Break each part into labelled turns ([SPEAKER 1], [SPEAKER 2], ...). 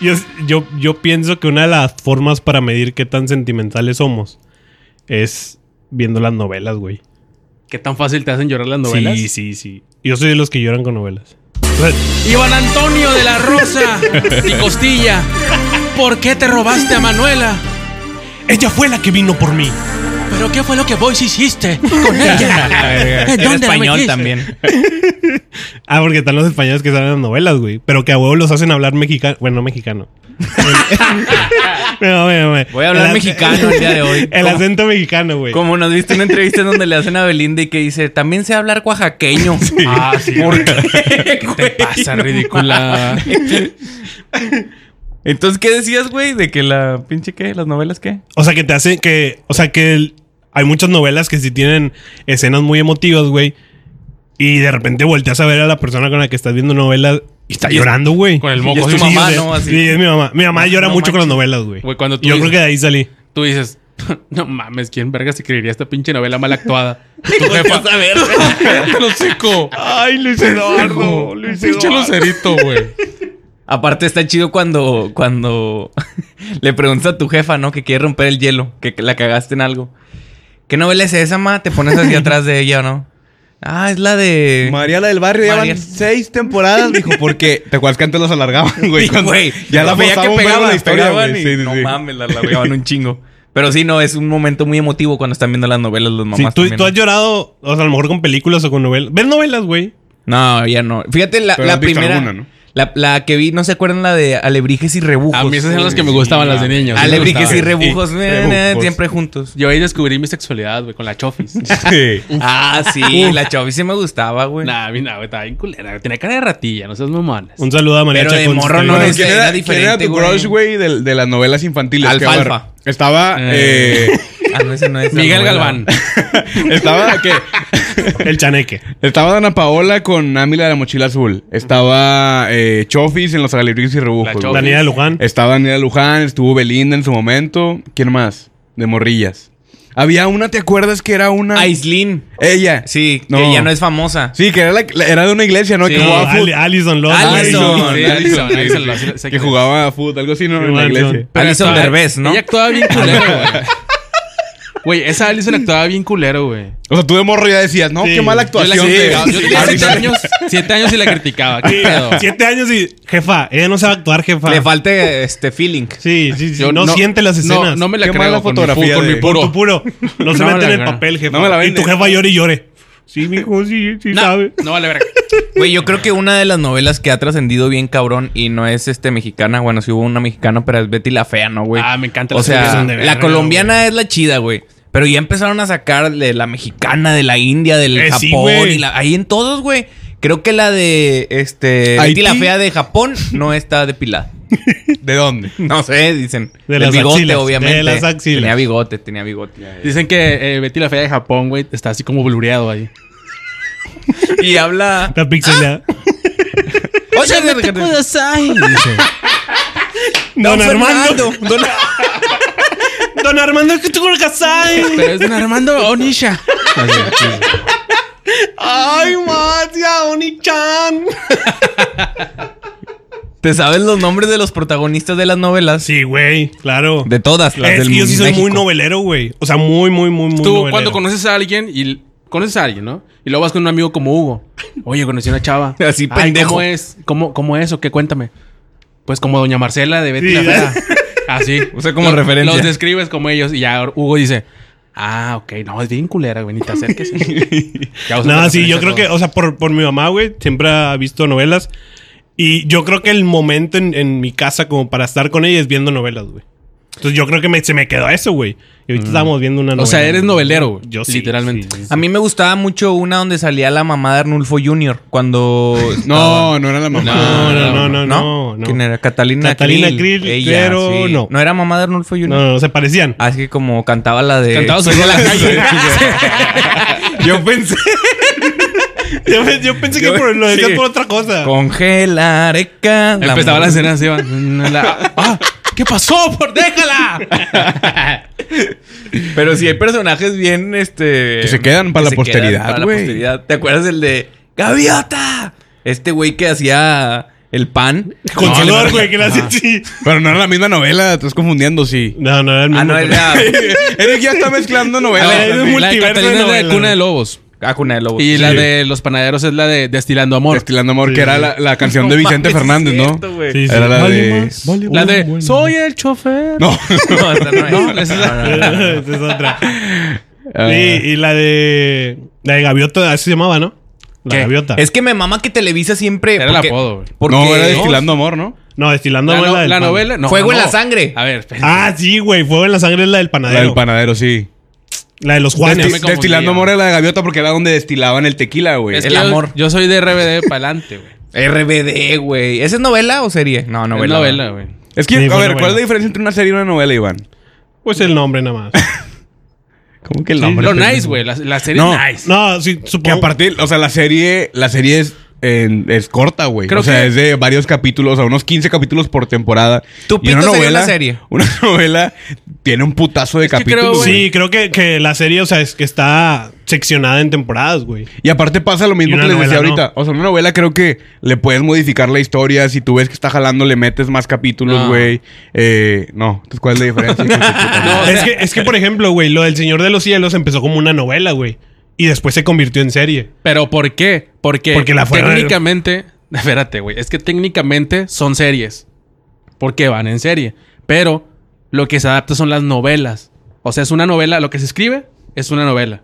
[SPEAKER 1] Yo, yo, yo pienso que una de las formas para medir qué tan sentimentales somos es viendo las novelas, güey.
[SPEAKER 2] ¿Qué tan fácil te hacen llorar las novelas?
[SPEAKER 1] Sí, sí, sí. Yo soy de los que lloran con novelas.
[SPEAKER 2] Iván Antonio de la Rosa y Costilla, ¿por qué te robaste a Manuela?
[SPEAKER 1] Ella fue la que vino por mí.
[SPEAKER 2] ¿Pero qué fue lo que vos hiciste con ella?
[SPEAKER 3] En español también.
[SPEAKER 1] Ah, porque están los españoles que saben las novelas, güey. Pero que a huevo los hacen hablar mexicano. Bueno, no mexicano. No, no, no,
[SPEAKER 3] Voy a hablar
[SPEAKER 1] ac-
[SPEAKER 3] mexicano el día de hoy.
[SPEAKER 1] El
[SPEAKER 3] Como-
[SPEAKER 1] acento mexicano, güey.
[SPEAKER 3] Como nos viste una entrevista en donde le hacen a Belinda y que dice, también sé hablar oaxaqueño.
[SPEAKER 2] Ah, sí.
[SPEAKER 3] ¿Por qué? ¿Qué te pasa, ridícula? Entonces, ¿qué decías, güey? De que la pinche qué, las novelas qué?
[SPEAKER 1] O sea, que te hacen que. O sea, que el- hay muchas novelas que sí tienen escenas muy emotivas, güey. Y de repente volteas a ver a la persona con la que estás viendo novela y está
[SPEAKER 3] Y es-
[SPEAKER 1] llorando, güey.
[SPEAKER 2] Con el
[SPEAKER 3] Y es
[SPEAKER 2] moco.
[SPEAKER 3] tu
[SPEAKER 2] sí,
[SPEAKER 1] Sí,
[SPEAKER 2] sí.
[SPEAKER 3] mamá,
[SPEAKER 1] o sea,
[SPEAKER 3] ¿no? Así.
[SPEAKER 1] Sí, es mi mamá. Mi mamá llora
[SPEAKER 3] no
[SPEAKER 1] mucho con las
[SPEAKER 3] manches.
[SPEAKER 1] novelas, güey.
[SPEAKER 2] Güey, cuando tú
[SPEAKER 1] Yo creo
[SPEAKER 2] dices-
[SPEAKER 1] que de ahí salí.
[SPEAKER 2] Tú dices, no mames, ¿quién verga se creería esta pinche novela mal actuada? Tu jefa.
[SPEAKER 3] a ver.
[SPEAKER 2] Lo seco.
[SPEAKER 1] Ay, Luis Eduardo. Luis
[SPEAKER 2] Pinche lucerito, güey.
[SPEAKER 3] Aparte está chido cuando, cuando le preguntas a tu jefa, ¿no? Que quiere romper el hielo, que la cagaste en algo. ¿Qué novela es esa, ma? Te pones así atrás de ella, ¿no? Ah, es la de...
[SPEAKER 4] María la del barrio llevan
[SPEAKER 3] María.
[SPEAKER 4] seis temporadas, dijo, porque te acuerdas que antes los alargaban, güey.
[SPEAKER 3] Sí,
[SPEAKER 4] cuando-
[SPEAKER 3] güey.
[SPEAKER 4] ya la
[SPEAKER 3] veía que
[SPEAKER 4] forzaban un verbo
[SPEAKER 3] pegaban,
[SPEAKER 4] la
[SPEAKER 3] la
[SPEAKER 4] historia,
[SPEAKER 3] pegaban
[SPEAKER 4] güey.
[SPEAKER 3] y-
[SPEAKER 4] Sí, sí,
[SPEAKER 3] no
[SPEAKER 4] sí.
[SPEAKER 3] mames, la, la pegaban un chingo. Pero sí, no, es un momento muy emotivo cuando están viendo las novelas los
[SPEAKER 1] Sí,
[SPEAKER 3] mamás
[SPEAKER 1] tú,
[SPEAKER 3] también,
[SPEAKER 1] tú
[SPEAKER 3] ¿no?
[SPEAKER 1] has llorado, o sea, a lo mejor con películas o con novelas. ¿Ves novelas, güey?
[SPEAKER 3] No, ya no. Fíjate, la,
[SPEAKER 4] Pero
[SPEAKER 3] la
[SPEAKER 4] has visto
[SPEAKER 3] primera...
[SPEAKER 4] alguna, ¿no?
[SPEAKER 3] la, la que vi, ¿no se acuerdan la de Alebrijes y Rebujos?
[SPEAKER 2] A mí esas eran las que me gustaban, las de niños. sí me
[SPEAKER 3] Alebrijes y
[SPEAKER 2] gustaban.
[SPEAKER 3] Rebujos,
[SPEAKER 4] Sí,
[SPEAKER 3] eh, eh,
[SPEAKER 4] Rebujos.
[SPEAKER 3] siempre juntos.
[SPEAKER 2] Yo ahí descubrí mi sexualidad, güey, con la chofis.
[SPEAKER 3] Ah, sí, la Chavi sí me gustaba, güey.
[SPEAKER 2] nah, a mí nah, güey, estaba bien culera. güey. Tenía cara de ratilla, no seas mamones.
[SPEAKER 1] Un saludo a María
[SPEAKER 3] Pero de
[SPEAKER 1] Chacón, si
[SPEAKER 3] morro
[SPEAKER 1] está
[SPEAKER 3] no
[SPEAKER 1] viendo.
[SPEAKER 3] es-
[SPEAKER 4] ¿Quién
[SPEAKER 3] era
[SPEAKER 4] era, quién era
[SPEAKER 3] diferente,
[SPEAKER 4] tu crush,
[SPEAKER 3] güey?
[SPEAKER 4] güey, del- de, las novelas infantiles? que
[SPEAKER 3] Alfalfa.
[SPEAKER 4] barra- Estaba, eh,
[SPEAKER 3] Ah, no, ese no es la
[SPEAKER 2] Miguel
[SPEAKER 3] novela.
[SPEAKER 2] Galván.
[SPEAKER 4] estaba, que,
[SPEAKER 1] El chaneque.
[SPEAKER 4] estaba Ana Paola con Ámila de la Mochila Azul. Estaba eh, Chofis en Los Alebrijes y
[SPEAKER 2] La
[SPEAKER 4] Rebujos.
[SPEAKER 2] Chofis.
[SPEAKER 4] güey.
[SPEAKER 1] Daniela Luján.
[SPEAKER 4] Estaba Daniela Luján, estuvo Belinda en su momento. ¿Quién más? De morrillas. Había una, ¿te acuerdas que era una?
[SPEAKER 3] Aislin.
[SPEAKER 4] Ella.
[SPEAKER 3] Sí,
[SPEAKER 4] No.
[SPEAKER 3] que ya no es famosa.
[SPEAKER 4] Sí, que era, la- la- era de una iglesia, ¿no?
[SPEAKER 3] Sí.
[SPEAKER 4] que jugaba
[SPEAKER 1] Ali-
[SPEAKER 4] fútbol.
[SPEAKER 1] Alison Lowe.
[SPEAKER 3] Alison.
[SPEAKER 2] Sí,
[SPEAKER 4] Sí,
[SPEAKER 2] Alison,
[SPEAKER 4] sí,
[SPEAKER 2] Alison,
[SPEAKER 4] sí.
[SPEAKER 2] la- sé
[SPEAKER 4] Que
[SPEAKER 2] que-
[SPEAKER 4] jugaba fútbol, algo así, ¿no? En la
[SPEAKER 1] Alison.
[SPEAKER 4] iglesia.
[SPEAKER 2] Pero
[SPEAKER 3] Alison
[SPEAKER 2] actuaba-
[SPEAKER 3] Derbez, ¿no?
[SPEAKER 2] Ella actuaba bien culero, güey. Güey, esa Alison actuaba bien culero, güey.
[SPEAKER 4] O sea, tú de morro ya decías, no,
[SPEAKER 1] Sí.
[SPEAKER 4] qué mala
[SPEAKER 2] Yo la
[SPEAKER 4] actuación. de-
[SPEAKER 2] criticaba. Yo tenía siete
[SPEAKER 4] Alison.
[SPEAKER 2] años, siete años y la criticaba. ¿Qué
[SPEAKER 1] Sí,
[SPEAKER 2] pedo?
[SPEAKER 1] Siete años y. Jefa, ella no sabe actuar, jefa.
[SPEAKER 3] Le falta este feeling.
[SPEAKER 1] Sí, sí, sí.
[SPEAKER 2] Yo
[SPEAKER 1] no, siente las escenas.
[SPEAKER 2] No, no me la
[SPEAKER 4] Qué
[SPEAKER 2] creo
[SPEAKER 4] mala
[SPEAKER 2] con, mi,
[SPEAKER 4] fotografía
[SPEAKER 2] pu- con
[SPEAKER 4] de-
[SPEAKER 2] mi
[SPEAKER 1] Por
[SPEAKER 2] puro.
[SPEAKER 1] tu puro. No se
[SPEAKER 2] No me la
[SPEAKER 1] mete en el
[SPEAKER 2] creo.
[SPEAKER 1] papel, jefa.
[SPEAKER 4] No me la
[SPEAKER 1] y tu
[SPEAKER 4] vende.
[SPEAKER 1] jefa llore y llore. Sí, mijo, sí, sí,
[SPEAKER 2] No,
[SPEAKER 1] sabe.
[SPEAKER 2] no vale verga.
[SPEAKER 3] Güey, yo creo que una de las novelas que ha trascendido bien cabrón y no es este mexicana, bueno, sí hubo una mexicana, pero es Betty la Fea, ¿no, güey?
[SPEAKER 2] Ah, me encanta
[SPEAKER 3] O
[SPEAKER 2] las
[SPEAKER 3] sea,
[SPEAKER 1] son de verga,
[SPEAKER 3] la colombiana es la chida, güey. Pero ya empezaron a sacar de la mexicana, de la India, del
[SPEAKER 1] Eh, sí,
[SPEAKER 3] Japón
[SPEAKER 1] güey.
[SPEAKER 3] y la- ahí en todos, güey. Creo que la de este Betty
[SPEAKER 4] Haití.
[SPEAKER 3] la Fea de Japón no está depilada.
[SPEAKER 4] ¿De dónde?
[SPEAKER 3] No sé, dicen.
[SPEAKER 1] De
[SPEAKER 3] Del
[SPEAKER 1] las
[SPEAKER 3] bigote,
[SPEAKER 1] axilas,
[SPEAKER 3] obviamente.
[SPEAKER 1] de las axilas.
[SPEAKER 3] Tenía bigote, tenía bigote.
[SPEAKER 2] Dicen que eh, Betty la Fea de Japón, güey, está así como blureado ahí.
[SPEAKER 3] Y habla.
[SPEAKER 1] Está pixelada.
[SPEAKER 3] Oye, déjate-
[SPEAKER 1] Don, Armando.
[SPEAKER 3] Fernando. Don-
[SPEAKER 1] Don Armando, que tú casai.
[SPEAKER 2] Pero es un Armando Onisha.
[SPEAKER 1] Ay, Matia, Oni-chan.
[SPEAKER 3] ¿Te sabes los nombres de los protagonistas de las novelas?
[SPEAKER 1] Sí, güey, claro.
[SPEAKER 3] De todas. las
[SPEAKER 1] es
[SPEAKER 3] del
[SPEAKER 1] que yo sí soy muy
[SPEAKER 3] México.
[SPEAKER 1] novelero, güey. O sea, muy, muy, muy, muy
[SPEAKER 2] Tú
[SPEAKER 1] novelero.
[SPEAKER 2] cuando conoces a alguien y conoces a alguien, ¿no? Y luego vas con un amigo como Hugo. Oye, conocí a una chava.
[SPEAKER 3] Así,
[SPEAKER 2] Ay,
[SPEAKER 3] pendejo.
[SPEAKER 2] ¿Cómo es? ¿Cómo, cómo es o qué? Cuéntame. Pues como Doña Marcela de Betty
[SPEAKER 1] Sí,
[SPEAKER 2] la
[SPEAKER 1] ya.
[SPEAKER 2] Fea. Así.
[SPEAKER 3] O sea, como
[SPEAKER 2] Lo-
[SPEAKER 3] referencia.
[SPEAKER 2] Los describes como ellos y ya Hugo dice... Ah, ok. No, es bien culera, güey. Ni te acerques. Ya usas la
[SPEAKER 1] No, sí, yo
[SPEAKER 2] referencia todo.
[SPEAKER 1] creo que, o sea, por, por mi mamá, güey, siempre ha visto novelas. Y yo creo que el momento en, en mi casa como para estar con ella es viendo novelas, güey. Entonces yo creo que me- se me quedó eso, güey. Y ahorita estábamos viendo una novela.
[SPEAKER 2] O sea, eres novelero, güey.
[SPEAKER 1] Yo sí.
[SPEAKER 2] Literalmente.
[SPEAKER 1] sí, sí.
[SPEAKER 3] A mí me gustaba mucho una donde salía la mamá de Arnulfo Jr. cuando.
[SPEAKER 4] No, no era la
[SPEAKER 1] No,
[SPEAKER 4] mamá.
[SPEAKER 1] no, no, no, no. no.
[SPEAKER 3] ¿Quién era? Catalina
[SPEAKER 1] Catalina Krill, pero no.
[SPEAKER 3] No era mamá de Arnulfo Jr.
[SPEAKER 1] No, no, no, se parecían.
[SPEAKER 3] Así que como cantaba la de.
[SPEAKER 2] Cantaba Salí a la calle.
[SPEAKER 3] Yo pensé.
[SPEAKER 1] Yo, pe- yo pensé que
[SPEAKER 3] Yo-
[SPEAKER 1] por- lo decían
[SPEAKER 3] sí.
[SPEAKER 1] por otra cosa.
[SPEAKER 3] Congelaré cada
[SPEAKER 2] Empezaba la
[SPEAKER 3] amor.
[SPEAKER 2] escena así, va. La- ¡Ah! ¿Qué pasó? ¡Por déjala!
[SPEAKER 3] Pero si hay personajes bien, este...
[SPEAKER 4] Que se quedan para la posteridad,
[SPEAKER 3] para la
[SPEAKER 4] güey.
[SPEAKER 3] posteridad. ¿Te acuerdas del de ¡Gaviota! Este güey que hacía el pan.
[SPEAKER 1] Con
[SPEAKER 4] no,
[SPEAKER 1] sudor, güey,
[SPEAKER 4] no,
[SPEAKER 1] que le hacen así.
[SPEAKER 4] Pero no era la misma novela, estás confundiendo, sí.
[SPEAKER 1] No, no, era el mismo.
[SPEAKER 3] Ah, no, era
[SPEAKER 4] Eric ya está mezclando
[SPEAKER 1] A
[SPEAKER 4] novelas.
[SPEAKER 1] ver, es un
[SPEAKER 2] La de
[SPEAKER 1] multiverso
[SPEAKER 2] Catalina
[SPEAKER 1] de
[SPEAKER 2] es la de
[SPEAKER 1] novelas.
[SPEAKER 2] Cuna de Lobos.
[SPEAKER 3] Ah, Cuna de Lobos.
[SPEAKER 2] Y la
[SPEAKER 1] Sí.
[SPEAKER 2] de Los Panaderos es la de Destilando Amor.
[SPEAKER 4] Destilando amor, que era la, la canción de
[SPEAKER 3] No
[SPEAKER 4] Vicente
[SPEAKER 3] mames,
[SPEAKER 4] Fernández,
[SPEAKER 3] es
[SPEAKER 4] ¿no?
[SPEAKER 3] cierto, güey.
[SPEAKER 1] Sí, sí.
[SPEAKER 4] Era la
[SPEAKER 1] Vale
[SPEAKER 4] de-
[SPEAKER 1] más, vale
[SPEAKER 2] la
[SPEAKER 1] más,
[SPEAKER 2] de
[SPEAKER 1] bueno.
[SPEAKER 2] Soy el chofer.
[SPEAKER 4] No.
[SPEAKER 3] No, esa no es.
[SPEAKER 2] No, esa es la-
[SPEAKER 3] No, no, no.
[SPEAKER 1] Esa es otra.
[SPEAKER 4] Ah.
[SPEAKER 1] Sí, y la de. La de Gaviota, así se llamaba, ¿no? La
[SPEAKER 2] ¿Qué?
[SPEAKER 1] Gaviota.
[SPEAKER 3] Es que me mama que Televisa siempre.
[SPEAKER 2] Era el apodo, güey.
[SPEAKER 3] porque-
[SPEAKER 4] no, era Destilando Amor, ¿no?
[SPEAKER 1] No, destilando
[SPEAKER 2] La,
[SPEAKER 1] fue
[SPEAKER 2] no-
[SPEAKER 1] del
[SPEAKER 2] la
[SPEAKER 1] pan.
[SPEAKER 2] novela. No,
[SPEAKER 3] Fuego en
[SPEAKER 2] no.
[SPEAKER 3] la sangre.
[SPEAKER 2] A ver, espera.
[SPEAKER 1] Ah, sí, güey. Fuego en la sangre es la del panadero.
[SPEAKER 4] La del panadero, sí.
[SPEAKER 1] La de los
[SPEAKER 4] Desti-
[SPEAKER 1] Juanes.
[SPEAKER 2] me confundí,
[SPEAKER 4] destilando
[SPEAKER 2] güey.
[SPEAKER 4] amor era la de gaviota porque era donde destilaban el tequila, güey.
[SPEAKER 2] Es
[SPEAKER 3] el
[SPEAKER 2] que yo-
[SPEAKER 3] amor.
[SPEAKER 2] Yo, soy de RBD para adelante, güey.
[SPEAKER 3] RBD, güey. ¿Esa es novela o serie? No,
[SPEAKER 2] Es
[SPEAKER 3] novela.
[SPEAKER 2] novela, güey.
[SPEAKER 4] Es que,
[SPEAKER 1] Sí,
[SPEAKER 4] a ver,
[SPEAKER 1] fue novela.
[SPEAKER 4] ¿cuál es la diferencia entre una serie y una novela, Iván?
[SPEAKER 1] Pues el nombre nada más.
[SPEAKER 4] ¿Cómo que el
[SPEAKER 2] Lo nice, güey. La, la serie
[SPEAKER 4] No.
[SPEAKER 2] nice.
[SPEAKER 1] No, sí,
[SPEAKER 4] Que
[SPEAKER 1] supongo.
[SPEAKER 4] a partir, o sea, la serie, la serie es, en- es corta, güey.
[SPEAKER 2] Creo
[SPEAKER 4] O sea,
[SPEAKER 2] que-
[SPEAKER 4] es de varios capítulos, o sea, unos 15 capítulos por temporada.
[SPEAKER 3] Tu
[SPEAKER 4] Y
[SPEAKER 3] pito sería una serie.
[SPEAKER 4] Una novela tiene un putazo de
[SPEAKER 2] que creo,
[SPEAKER 4] capítulos.
[SPEAKER 2] güey.
[SPEAKER 4] güey.
[SPEAKER 1] Sí, creo que, que la serie, o sea, es que está seccionada en temporadas, güey.
[SPEAKER 4] Y aparte pasa lo
[SPEAKER 1] Y
[SPEAKER 4] mismo
[SPEAKER 1] una
[SPEAKER 4] que les decía
[SPEAKER 1] novela no.
[SPEAKER 4] ahorita. O sea, una novela creo que le puedes modificar la historia. Si tú ves que está jalando, le metes más capítulos,
[SPEAKER 2] No.
[SPEAKER 4] güey. Eh, no. Entonces, ¿cuál es la diferencia?
[SPEAKER 2] No, o
[SPEAKER 1] es,
[SPEAKER 2] sea-
[SPEAKER 1] que, es que, por ejemplo, güey, lo del Señor de los Cielos empezó como una novela, güey. Y después se convirtió en serie.
[SPEAKER 2] Pero ¿por qué? Porque,
[SPEAKER 1] Porque la fueron-
[SPEAKER 2] técnicamente, espérate, güey, es que técnicamente son series. Porque van en serie. Pero lo que se adapta son las novelas. O sea, es una novela, lo que se escribe es una novela.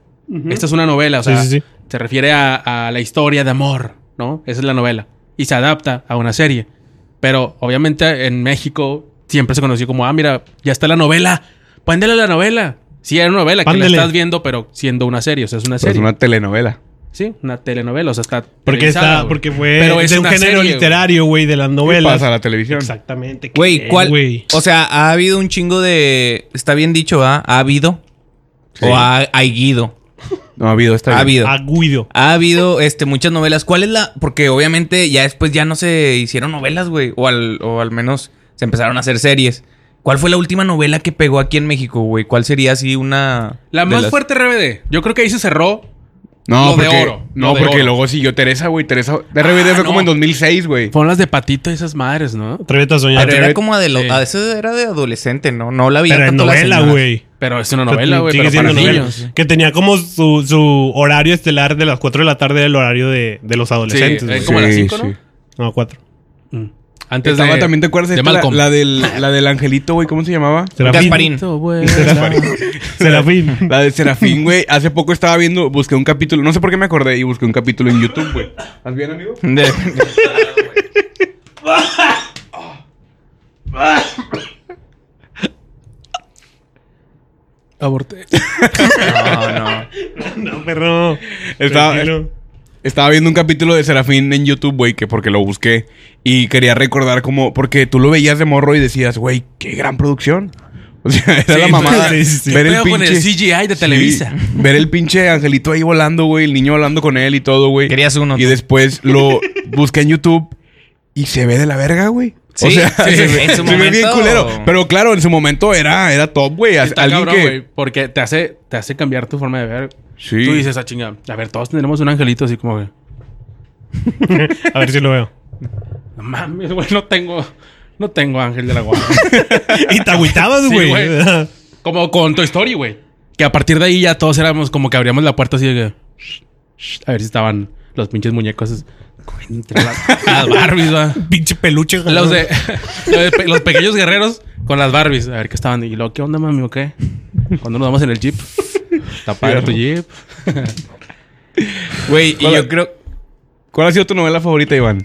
[SPEAKER 2] Esta es una novela, o
[SPEAKER 1] Sí,
[SPEAKER 2] sea,
[SPEAKER 1] sí, sí.
[SPEAKER 2] se refiere a, a la historia de amor, ¿no? Esa es la novela. Y se adapta a una serie. Pero obviamente en México siempre se conoció como, ah, mira, ya está la novela, pándele la novela. Sí, era una novela que
[SPEAKER 1] Pándele.
[SPEAKER 2] la estás viendo, pero siendo una serie, o sea, es una
[SPEAKER 4] Pero
[SPEAKER 2] serie.
[SPEAKER 4] es una telenovela.
[SPEAKER 2] Sí, una telenovela, o sea, está.
[SPEAKER 1] Porque,
[SPEAKER 2] televisada,
[SPEAKER 1] está,
[SPEAKER 2] güey.
[SPEAKER 1] porque fue
[SPEAKER 2] Pero es
[SPEAKER 1] de un
[SPEAKER 2] una
[SPEAKER 1] género
[SPEAKER 2] serie,
[SPEAKER 1] literario, güey, de las novelas.
[SPEAKER 4] Pasa a la televisión.
[SPEAKER 1] Exactamente.
[SPEAKER 3] Güey,
[SPEAKER 1] ¿qué,
[SPEAKER 3] ¿cuál?
[SPEAKER 1] Eh, güey?
[SPEAKER 3] O sea, ha habido un chingo de. Está bien dicho, ¿ah? Ha habido.
[SPEAKER 4] Sí.
[SPEAKER 3] O ha, ha habido.
[SPEAKER 4] No ha habido esta.
[SPEAKER 3] Ha habido.
[SPEAKER 1] A Guido.
[SPEAKER 3] Ha habido este, muchas novelas. ¿Cuál es la...? Porque obviamente ya después ya no se hicieron novelas, güey. O al, o al menos se empezaron a hacer series. ¿Cuál fue la última novela que pegó aquí en México, güey? ¿Cuál sería así una...
[SPEAKER 2] La
[SPEAKER 3] de
[SPEAKER 2] más
[SPEAKER 3] las-
[SPEAKER 2] fuerte RBD. Yo creo que ahí se cerró.
[SPEAKER 4] No,
[SPEAKER 2] Lo de
[SPEAKER 4] porque,
[SPEAKER 2] oro,
[SPEAKER 4] no,
[SPEAKER 2] lo de
[SPEAKER 4] porque
[SPEAKER 2] oro. Ah,
[SPEAKER 4] luego siguió Teresa, güey. Teresa. De RBD fue
[SPEAKER 2] no.
[SPEAKER 4] como en 2006, güey.
[SPEAKER 2] Fueron las de patito y esas madres, ¿no?
[SPEAKER 1] Atrévete a soñar.
[SPEAKER 3] Pero era como de... Lo...
[SPEAKER 2] Sí.
[SPEAKER 3] A veces era de adolescente, ¿no? No la vi
[SPEAKER 1] Pero en novela, güey.
[SPEAKER 2] Pero es una
[SPEAKER 1] O sea,
[SPEAKER 2] novela, güey.
[SPEAKER 1] sigue
[SPEAKER 2] Pero para
[SPEAKER 1] siendo novela.
[SPEAKER 2] niños.
[SPEAKER 1] Que tenía como su, su horario estelar de las 4 de la tarde el horario de, de los adolescentes.
[SPEAKER 2] Sí,
[SPEAKER 1] güey.
[SPEAKER 2] es como a las
[SPEAKER 4] Sí,
[SPEAKER 2] cinco, ¿no?
[SPEAKER 4] sí.
[SPEAKER 1] No, 4.
[SPEAKER 2] Mm. Antes
[SPEAKER 4] Estaba-
[SPEAKER 2] de.
[SPEAKER 4] también te acuerdas de,
[SPEAKER 2] de
[SPEAKER 4] esta, la,
[SPEAKER 2] Malcolm.
[SPEAKER 4] la del, la del angelito, güey. ¿Cómo se llamaba?
[SPEAKER 3] Gasparín.
[SPEAKER 1] Serafín.
[SPEAKER 4] La de Serafín, güey. Hace poco estaba viendo, busqué un capítulo. No sé por qué me acordé y busqué un capítulo en YouTube, güey. ¿Estás bien, amigo?
[SPEAKER 3] De-
[SPEAKER 2] Aborté.
[SPEAKER 3] No, no.
[SPEAKER 1] no, perro.
[SPEAKER 4] Estaba-
[SPEAKER 1] Tranquilo.
[SPEAKER 4] Estaba viendo un capítulo de Serafín en YouTube, güey, que porque lo busqué. Y quería recordar como... Porque tú lo veías de morro y decías, güey, qué gran producción. O sea, era la mamada.
[SPEAKER 1] sí, sí, sí.
[SPEAKER 4] Ver
[SPEAKER 2] Pero
[SPEAKER 4] el
[SPEAKER 2] con el
[SPEAKER 4] pinche...
[SPEAKER 2] CGI de
[SPEAKER 4] Sí,
[SPEAKER 2] Televisa.
[SPEAKER 4] ver el pinche angelito ahí volando, güey. El niño volando con él y todo, güey.
[SPEAKER 3] Querías uno,
[SPEAKER 4] Y
[SPEAKER 3] tú.
[SPEAKER 4] después lo busqué en YouTube y se ve de la verga, güey.
[SPEAKER 3] Sí, sí,
[SPEAKER 4] se ve-
[SPEAKER 3] en su
[SPEAKER 4] se ve bien
[SPEAKER 3] momento-
[SPEAKER 4] culero. Pero claro, en su momento era, era top, güey. As-
[SPEAKER 2] Está
[SPEAKER 4] Alguien
[SPEAKER 2] cabrón,
[SPEAKER 4] que...
[SPEAKER 2] güey. Porque te hace, te hace cambiar tu forma de ver.
[SPEAKER 4] Sí.
[SPEAKER 2] Tú dices, ah, chingada. A ver, todos tendremos un angelito así como, güey.
[SPEAKER 1] A ver si lo veo.
[SPEAKER 2] No mames, güey, no tengo. No tengo ángel de la guarda.
[SPEAKER 1] Y te agüitabas,
[SPEAKER 2] Sí,
[SPEAKER 1] güey.
[SPEAKER 2] güey. Como con Toy Story, güey. Que a partir de ahí ya todos éramos como que abríamos la puerta así de que... A ver si estaban los pinches muñecos. Entre las, las Barbies, va.
[SPEAKER 1] Pinche peluche.
[SPEAKER 2] Los de, los de pe- los pequeños guerreros con las Barbies. A ver qué estaban. Y luego, ¿qué onda, mami? ¿O qué? Cuando nos vamos en el jeep. Tapar tu jeep.
[SPEAKER 3] Güey, y
[SPEAKER 4] Hola.
[SPEAKER 3] yo creo
[SPEAKER 4] ¿Cuál ha sido tu novela favorita, Iván?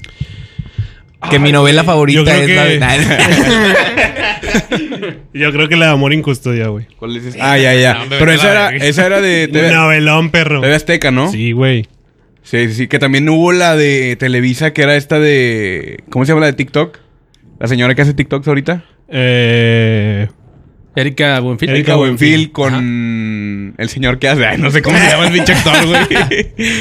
[SPEAKER 3] que mi novela favorita
[SPEAKER 1] creo
[SPEAKER 3] es
[SPEAKER 1] que-
[SPEAKER 3] la de...
[SPEAKER 1] Yo creo que la de amor incustodia, güey.
[SPEAKER 4] ¿Cuál dices? Ah, ya, ya. Pero esa era, esa era de TV,
[SPEAKER 1] Novelón, perro.
[SPEAKER 4] TV Azteca, ¿no? Sí.
[SPEAKER 1] Sí, güey.
[SPEAKER 4] sí, sí, Que también hubo la de Televisa, que era esta de... ¿Cómo se llama la de TikTok? La señora que hace TikToks ahorita.
[SPEAKER 1] Eh,
[SPEAKER 2] Erika Buenfil.
[SPEAKER 1] Erika
[SPEAKER 4] Erika
[SPEAKER 1] Buenfil.
[SPEAKER 4] Buenfil con el señor que hace, ay, no sé cómo se llama el pinche actor, güey.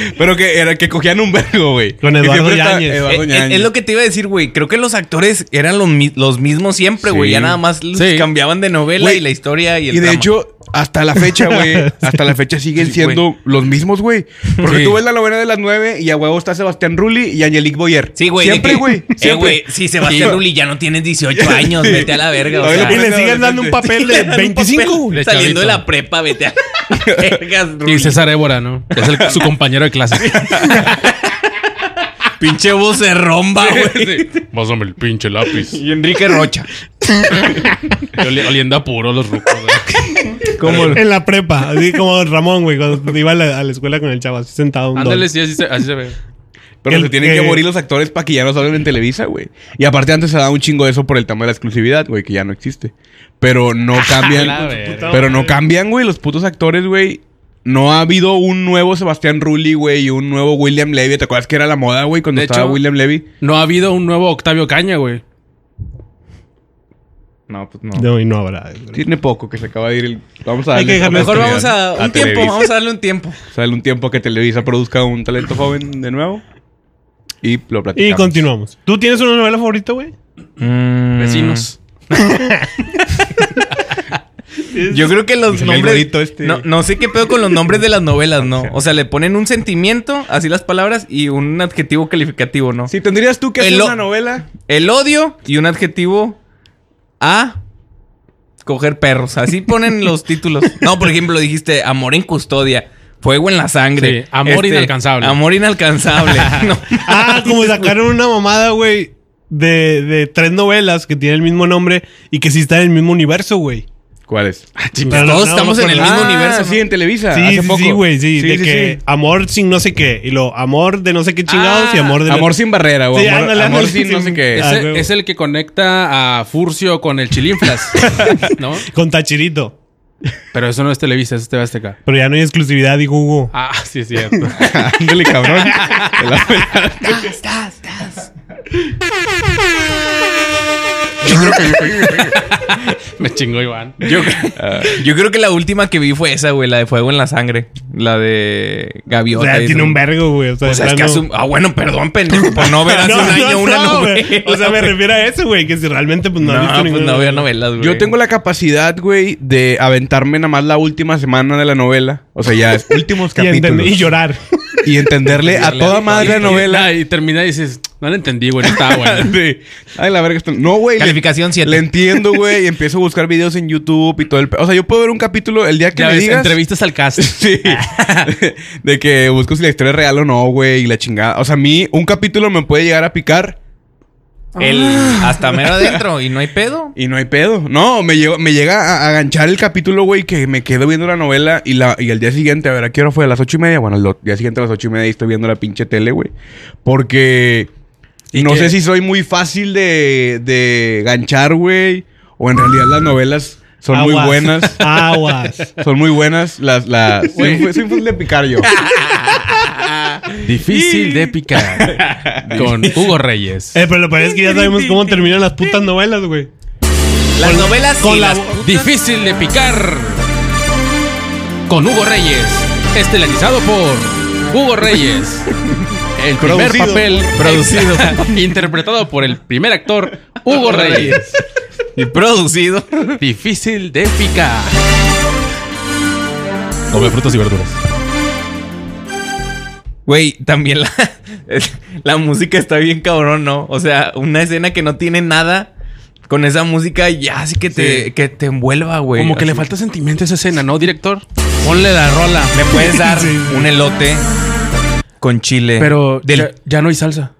[SPEAKER 4] Pero que era que cogían un vergo, güey.
[SPEAKER 1] Con
[SPEAKER 4] Que
[SPEAKER 1] Eduardo
[SPEAKER 4] siempre está-
[SPEAKER 1] Yáñez.
[SPEAKER 4] Eduardo
[SPEAKER 3] Es- es,
[SPEAKER 4] Yáñez.
[SPEAKER 3] eh, es lo que te iba a decir, güey. Creo que los actores eran los, mi- los mismos siempre, güey.
[SPEAKER 4] Sí.
[SPEAKER 3] Ya nada más los
[SPEAKER 2] Sí.
[SPEAKER 3] cambiaban de novela
[SPEAKER 4] Güey,
[SPEAKER 3] y la historia y el
[SPEAKER 4] Y de
[SPEAKER 3] drama.
[SPEAKER 4] hecho, Hasta la fecha, güey. Hasta la fecha siguen siendo los mismos, güey. Porque
[SPEAKER 2] Sí.
[SPEAKER 4] tú ves la novena de las nueve y a huevo está Sebastián Rulli y Angelique Boyer.
[SPEAKER 3] Sí, güey. de
[SPEAKER 4] Siempre,
[SPEAKER 3] que-
[SPEAKER 4] güey.
[SPEAKER 3] Eh, güey, si Sebastián Rulli ya no tienes 18 años, vete a la verga. O
[SPEAKER 4] Oye,
[SPEAKER 3] sea,
[SPEAKER 4] lo
[SPEAKER 1] Y le
[SPEAKER 4] Bueno,
[SPEAKER 1] siguen dando un papel de
[SPEAKER 3] Un
[SPEAKER 1] 25.
[SPEAKER 3] papel
[SPEAKER 2] De
[SPEAKER 3] Saliendo
[SPEAKER 2] chavito.
[SPEAKER 3] de la prepa, vete a la verga. Rulli.
[SPEAKER 2] Y César Évora, ¿no? Es el- su compañero de clase.
[SPEAKER 3] Pinche voz se romba, güey.
[SPEAKER 2] Pásame el pinche lápiz.
[SPEAKER 4] Y Enrique Rocha.
[SPEAKER 2] oliendo a puro los rucos.
[SPEAKER 4] Como
[SPEAKER 1] En la prepa, así como Ramón, güey, cuando iba a la, a la escuela con el chavo, así sentado un
[SPEAKER 2] Ándale,
[SPEAKER 1] dólar.
[SPEAKER 2] sí, así se, así se ve.
[SPEAKER 4] Pero
[SPEAKER 1] El
[SPEAKER 4] se tienen
[SPEAKER 1] que-
[SPEAKER 4] que morir los actores para que ya no salgan en Televisa, güey. Y aparte antes se daba un chingo de eso por el tema de la exclusividad, güey, que ya no existe. Pero no
[SPEAKER 2] la
[SPEAKER 4] cambian.
[SPEAKER 2] verga.
[SPEAKER 4] pero no cambian, güey, los putos actores, güey. No ha habido un nuevo Sebastián Rulli, güey, y un nuevo William Levy. ¿Te acuerdas que era la moda, güey, cuando
[SPEAKER 2] De
[SPEAKER 4] estaba
[SPEAKER 2] hecho-
[SPEAKER 4] William Levy?
[SPEAKER 2] No ha habido un nuevo Octavio Caña, güey.
[SPEAKER 4] No, pues
[SPEAKER 1] No, y no habrá. güey.
[SPEAKER 4] Tiene poco que se acaba de ir el... Vamos a
[SPEAKER 1] Hay
[SPEAKER 4] darle
[SPEAKER 1] que dejarlo
[SPEAKER 4] otra
[SPEAKER 3] Mejor
[SPEAKER 1] Estudiar
[SPEAKER 3] vamos a.
[SPEAKER 4] oportunidad
[SPEAKER 3] Un tiempo,
[SPEAKER 4] Televisa.
[SPEAKER 3] vamos a darle un tiempo.
[SPEAKER 4] O sea, darle un tiempo que Televisa produzca un talento joven de nuevo. Y lo platicamos.
[SPEAKER 1] Y continuamos. ¿Tú tienes una novela favorita, güey?
[SPEAKER 4] Mm.
[SPEAKER 2] Vecinos.
[SPEAKER 3] Yo creo que los
[SPEAKER 4] Salió el
[SPEAKER 3] nombres.
[SPEAKER 4] gorito este.
[SPEAKER 3] No, no sé qué pedo con los nombres de las novelas, ¿no? O sea, le ponen un sentimiento, así las palabras, y un adjetivo calificativo, ¿no?
[SPEAKER 4] Si tendrías tú que
[SPEAKER 3] El
[SPEAKER 4] hacer
[SPEAKER 3] lo-
[SPEAKER 4] una novela...
[SPEAKER 3] El odio y un adjetivo a coger perros. Así ponen los títulos. No, por ejemplo, dijiste amor en custodia, fuego en la sangre. Este,
[SPEAKER 2] Sí, amor inalcanzable.
[SPEAKER 3] Amor inalcanzable. No.
[SPEAKER 1] Ah, como sacaron una mamada, güey, de, de tres novelas que tienen el mismo nombre y que sí están en el mismo universo, güey.
[SPEAKER 4] ¿Cuál es?
[SPEAKER 1] Pero
[SPEAKER 3] pues,
[SPEAKER 1] no,
[SPEAKER 3] todos estamos en
[SPEAKER 1] con-
[SPEAKER 3] el
[SPEAKER 1] Ah,
[SPEAKER 3] mismo universo. ¿no?
[SPEAKER 4] Sí, en Televisa.
[SPEAKER 1] Sí,
[SPEAKER 4] hace
[SPEAKER 1] sí,
[SPEAKER 4] poco.
[SPEAKER 1] sí, güey, sí, De
[SPEAKER 4] sí,
[SPEAKER 1] que
[SPEAKER 4] sí.
[SPEAKER 1] amor sin no sé qué. Y lo amor de no sé qué chingados y
[SPEAKER 2] Ah,
[SPEAKER 1] amor de.
[SPEAKER 4] Amor sin barrera, güey.
[SPEAKER 1] Sí,
[SPEAKER 4] amor,
[SPEAKER 1] ándale,
[SPEAKER 4] amor
[SPEAKER 1] ándale,
[SPEAKER 4] sin no
[SPEAKER 1] sí.
[SPEAKER 4] sé qué.
[SPEAKER 1] Ah,
[SPEAKER 2] Ese-
[SPEAKER 1] huevo.
[SPEAKER 2] es el que conecta a Furcio con el Chilinflas. ¿No?
[SPEAKER 1] Con Tachirito.
[SPEAKER 2] Pero eso no es Televisa, eso es TV Azteca.
[SPEAKER 1] Pero ya no hay exclusividad, digo Hugo.
[SPEAKER 2] Ah, sí es cierto.
[SPEAKER 4] Ándale, cabrón. Te la pelaste.
[SPEAKER 2] Me chingó Iván.
[SPEAKER 3] Yo,
[SPEAKER 1] ah,
[SPEAKER 3] yo creo que la última que vi fue esa, güey, la de fuego en la sangre. La de
[SPEAKER 1] o
[SPEAKER 3] Gaviota.
[SPEAKER 1] sea,
[SPEAKER 3] y
[SPEAKER 1] tiene
[SPEAKER 3] eso.
[SPEAKER 1] un vergo, güey. O sea,
[SPEAKER 3] O sea, es que
[SPEAKER 1] plano-
[SPEAKER 3] hace un- Ah, bueno, perdón, pendejo, por no ver hace
[SPEAKER 1] No,
[SPEAKER 3] un año
[SPEAKER 1] no,
[SPEAKER 3] una
[SPEAKER 1] no, güey.
[SPEAKER 3] novela.
[SPEAKER 1] O sea, me refiero a eso, güey. Que si realmente pues, no,
[SPEAKER 3] No,
[SPEAKER 1] has visto
[SPEAKER 3] pues
[SPEAKER 1] ninguna
[SPEAKER 3] no veo novelas, güey.
[SPEAKER 4] Yo tengo la capacidad, güey, de aventarme nada más la última semana de la novela. O sea, ya es últimos
[SPEAKER 1] Y, enten-
[SPEAKER 4] capítulos.
[SPEAKER 1] y llorar.
[SPEAKER 4] Y entenderle a toda madre la novela.
[SPEAKER 2] Y, termina y dices, no la entendí, güey, no estaba buena.
[SPEAKER 4] Sí. Ay, la verga. esto- No, güey. le-
[SPEAKER 3] Calificación 7.
[SPEAKER 4] Le entiendo, güey. Y empiezo a buscar videos en YouTube y todo el... pe- O sea, yo puedo ver un capítulo el día que
[SPEAKER 2] Ya
[SPEAKER 4] me
[SPEAKER 2] ves,
[SPEAKER 4] digas...
[SPEAKER 2] entrevistas al cast.
[SPEAKER 4] Sí. de que busco si la historia es real o no, güey, y la chingada. O sea, a mí un capítulo me puede llegar a picar
[SPEAKER 1] Ah.
[SPEAKER 3] El hasta mero adentro y no hay pedo.
[SPEAKER 4] y no hay pedo. No, me, llevo- me llega a, a aganchar el capítulo, güey, que me quedo viendo la novela y la y el día siguiente, a ver, ¿a qué hora fue? ¿A las ocho y media? Bueno, al do- día siguiente a las ocho y media y estoy viendo la pinche tele, güey. Porque no
[SPEAKER 2] que-
[SPEAKER 4] sé si soy muy fácil de, de ganchar, güey, o en realidad las novelas son muy
[SPEAKER 1] Aguas.
[SPEAKER 4] buenas.
[SPEAKER 1] Aguas.
[SPEAKER 4] Son muy buenas las... las soy, soy fácil de picar yo.
[SPEAKER 2] Difícil de picar. con Hugo Reyes.
[SPEAKER 1] Eh, pero lo peor es que ya sabemos cómo terminan las putas novelas, güey.
[SPEAKER 3] Las novelas
[SPEAKER 1] con
[SPEAKER 3] y
[SPEAKER 1] la-
[SPEAKER 3] las
[SPEAKER 2] Difícil de picar. Con Hugo Reyes. Estelarizado por Hugo Reyes. El primer
[SPEAKER 4] Producido.
[SPEAKER 2] papel producido. interpretado por el primer actor Hugo Reyes.
[SPEAKER 3] y producido.
[SPEAKER 2] Difícil de picar. Come frutas y verduras.
[SPEAKER 3] Güey, también la, la música está bien cabrón, ¿no? O sea, una escena que no tiene nada con esa música ya así que te,
[SPEAKER 2] Sí.
[SPEAKER 3] que te envuelva, güey.
[SPEAKER 2] Como que le
[SPEAKER 3] Así.
[SPEAKER 2] falta sentimiento a esa escena, ¿no, director? Ponle la rola.
[SPEAKER 3] Me puedes dar
[SPEAKER 1] Sí, sí.
[SPEAKER 3] un elote con chile.
[SPEAKER 2] Pero
[SPEAKER 3] del-
[SPEAKER 2] ya, ya no hay salsa.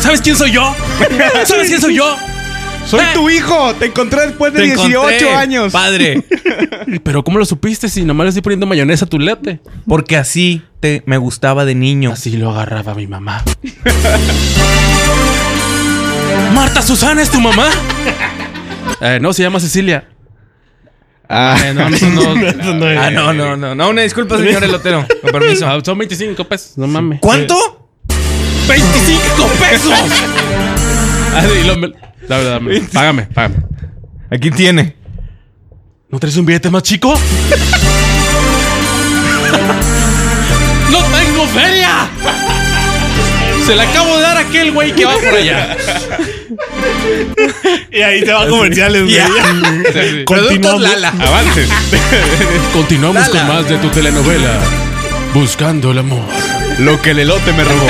[SPEAKER 2] ¿Sabes quién soy yo? ¿Sabes quién soy yo?
[SPEAKER 4] Soy tu hijo, te encontré después de
[SPEAKER 3] Te
[SPEAKER 4] 18
[SPEAKER 3] encontré,
[SPEAKER 4] años.
[SPEAKER 3] Padre,
[SPEAKER 2] Pero ¿cómo lo supiste si nomás le estoy poniendo mayonesa a tu lete?
[SPEAKER 3] porque así te, me gustaba de niño.
[SPEAKER 2] Así lo agarraba mi mamá. Marta Susana es tu mamá. Eh, no, se llama Cecilia.
[SPEAKER 4] Ah,
[SPEAKER 2] Eh, no, no, no, no.
[SPEAKER 1] Eso no es.
[SPEAKER 3] Ah, no, no, no. No, una disculpa, señor elotero. Con permiso.
[SPEAKER 2] Ah, Son 25 pesos, no mames.
[SPEAKER 3] ¿Cuánto?
[SPEAKER 2] ¡25 pesos! Ah, sí, lo- dame, dame. Págame, págame.
[SPEAKER 3] Aquí tiene.
[SPEAKER 2] ¿No traes un billete más chico? ¡No tengo feria! Se la acabo de dar a aquel güey que va por allá.
[SPEAKER 1] Y ahí te va a comerciales, güey.
[SPEAKER 3] Productos
[SPEAKER 1] Continuamos.
[SPEAKER 3] Lala.
[SPEAKER 4] Avances.
[SPEAKER 2] Continuamos
[SPEAKER 3] Lala.
[SPEAKER 2] con más de tu telenovela. Buscando el amor.
[SPEAKER 4] Lo que el elote me robó.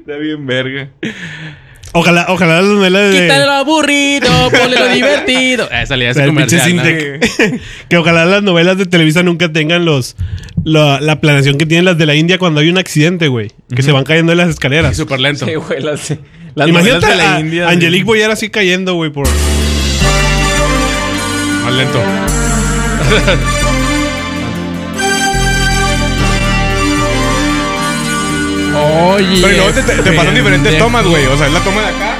[SPEAKER 3] Está bien verga.
[SPEAKER 1] Ojalá, ojalá las novelas de.
[SPEAKER 2] Quítale lo aburrido, ponle lo divertido. Eh, salía ese
[SPEAKER 1] El pinche
[SPEAKER 2] comercial. ¿no?
[SPEAKER 1] Sintec. que ojalá las novelas de Televisa nunca tengan los la, la planeación que tienen las de la India cuando hay un accidente, güey. Que se van cayendo de las escaleras.
[SPEAKER 2] Súper lento.
[SPEAKER 3] Sí, güey, las, las
[SPEAKER 1] Imagínate
[SPEAKER 3] novelas
[SPEAKER 1] a Angelique Boyer así cayendo, güey, por...
[SPEAKER 4] Más lento.
[SPEAKER 3] Oye.
[SPEAKER 4] Pero y luego te, te-
[SPEAKER 2] este,
[SPEAKER 4] te pasan diferentes tomas, güey. O sea, es la toma de acá.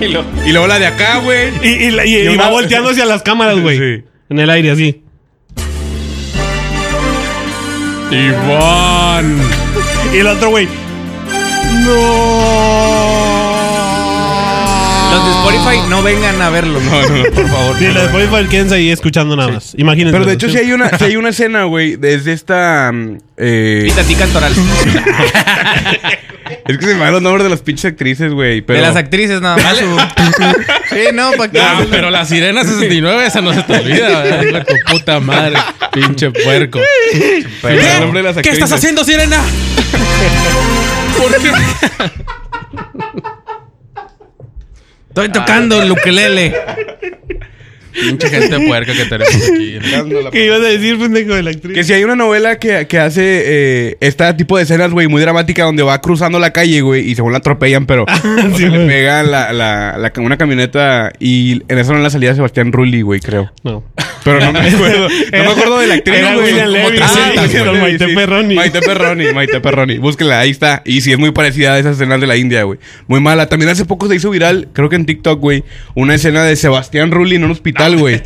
[SPEAKER 3] Y lo-
[SPEAKER 4] Y luego la de acá, güey.
[SPEAKER 1] Y, y la- y-
[SPEAKER 4] Y
[SPEAKER 1] y
[SPEAKER 4] una-
[SPEAKER 1] va volteando hacia las cámaras, güey.
[SPEAKER 4] Sí.
[SPEAKER 1] En el aire, así.
[SPEAKER 2] Iván.
[SPEAKER 1] Y el otro, güey.
[SPEAKER 3] Los de Spotify no vengan a verlo. No, no, no, por favor.
[SPEAKER 1] Sí, la de Spotify quédense ahí escuchando nada más. Imagínense.
[SPEAKER 4] Pero de hecho,
[SPEAKER 1] ¿no?
[SPEAKER 4] si hay una, sí hay una escena, güey, desde esta. mm, eh,
[SPEAKER 3] Pita a ti, Cantoral.
[SPEAKER 4] es que se me van los nombres de las pinches actrices, güey. Pero...
[SPEAKER 3] De las actrices nada más. su- sí, no, para qué.
[SPEAKER 2] Ah, pero la sirena 69, esa no se te olvida. ¿verdad? Tu puta madre. Pinche puerco.
[SPEAKER 4] Pero el nombre de las actrices.
[SPEAKER 2] haciendo, sirena? ¿Por qué?
[SPEAKER 3] Estoy tocando el ukelele.
[SPEAKER 2] Pinche gente puerca que tenemos aquí.
[SPEAKER 1] ¿Qué ibas a decir, pendejo, de la actriz?
[SPEAKER 4] Que si hay una novela que, que hace eh, este tipo de escenas, güey, muy dramática, donde va cruzando la calle, güey, y según la atropellan, pero o sea,
[SPEAKER 1] sí,
[SPEAKER 4] le
[SPEAKER 1] güey.
[SPEAKER 4] pega la, la, la- una camioneta y en esa no es la salida de Sebastián Rulli, güey, creo.
[SPEAKER 1] No.
[SPEAKER 4] Pero no me acuerdo. No me acuerdo de la actriz,
[SPEAKER 1] Era
[SPEAKER 4] güey.
[SPEAKER 1] William
[SPEAKER 4] Como
[SPEAKER 1] Levy, Ah,
[SPEAKER 4] 300,
[SPEAKER 1] sí,
[SPEAKER 4] güey.
[SPEAKER 1] con Maite
[SPEAKER 4] Sí.
[SPEAKER 1] Perroni.
[SPEAKER 4] Maite Perroni, Maite Perroni. Búsquela, ahí está. Y sí, es muy parecida a esas escenas de la India, güey. Muy mala. También hace poco se hizo viral, creo que en TikTok, güey, una escena de Sebastián Rulli en un hospital, güey.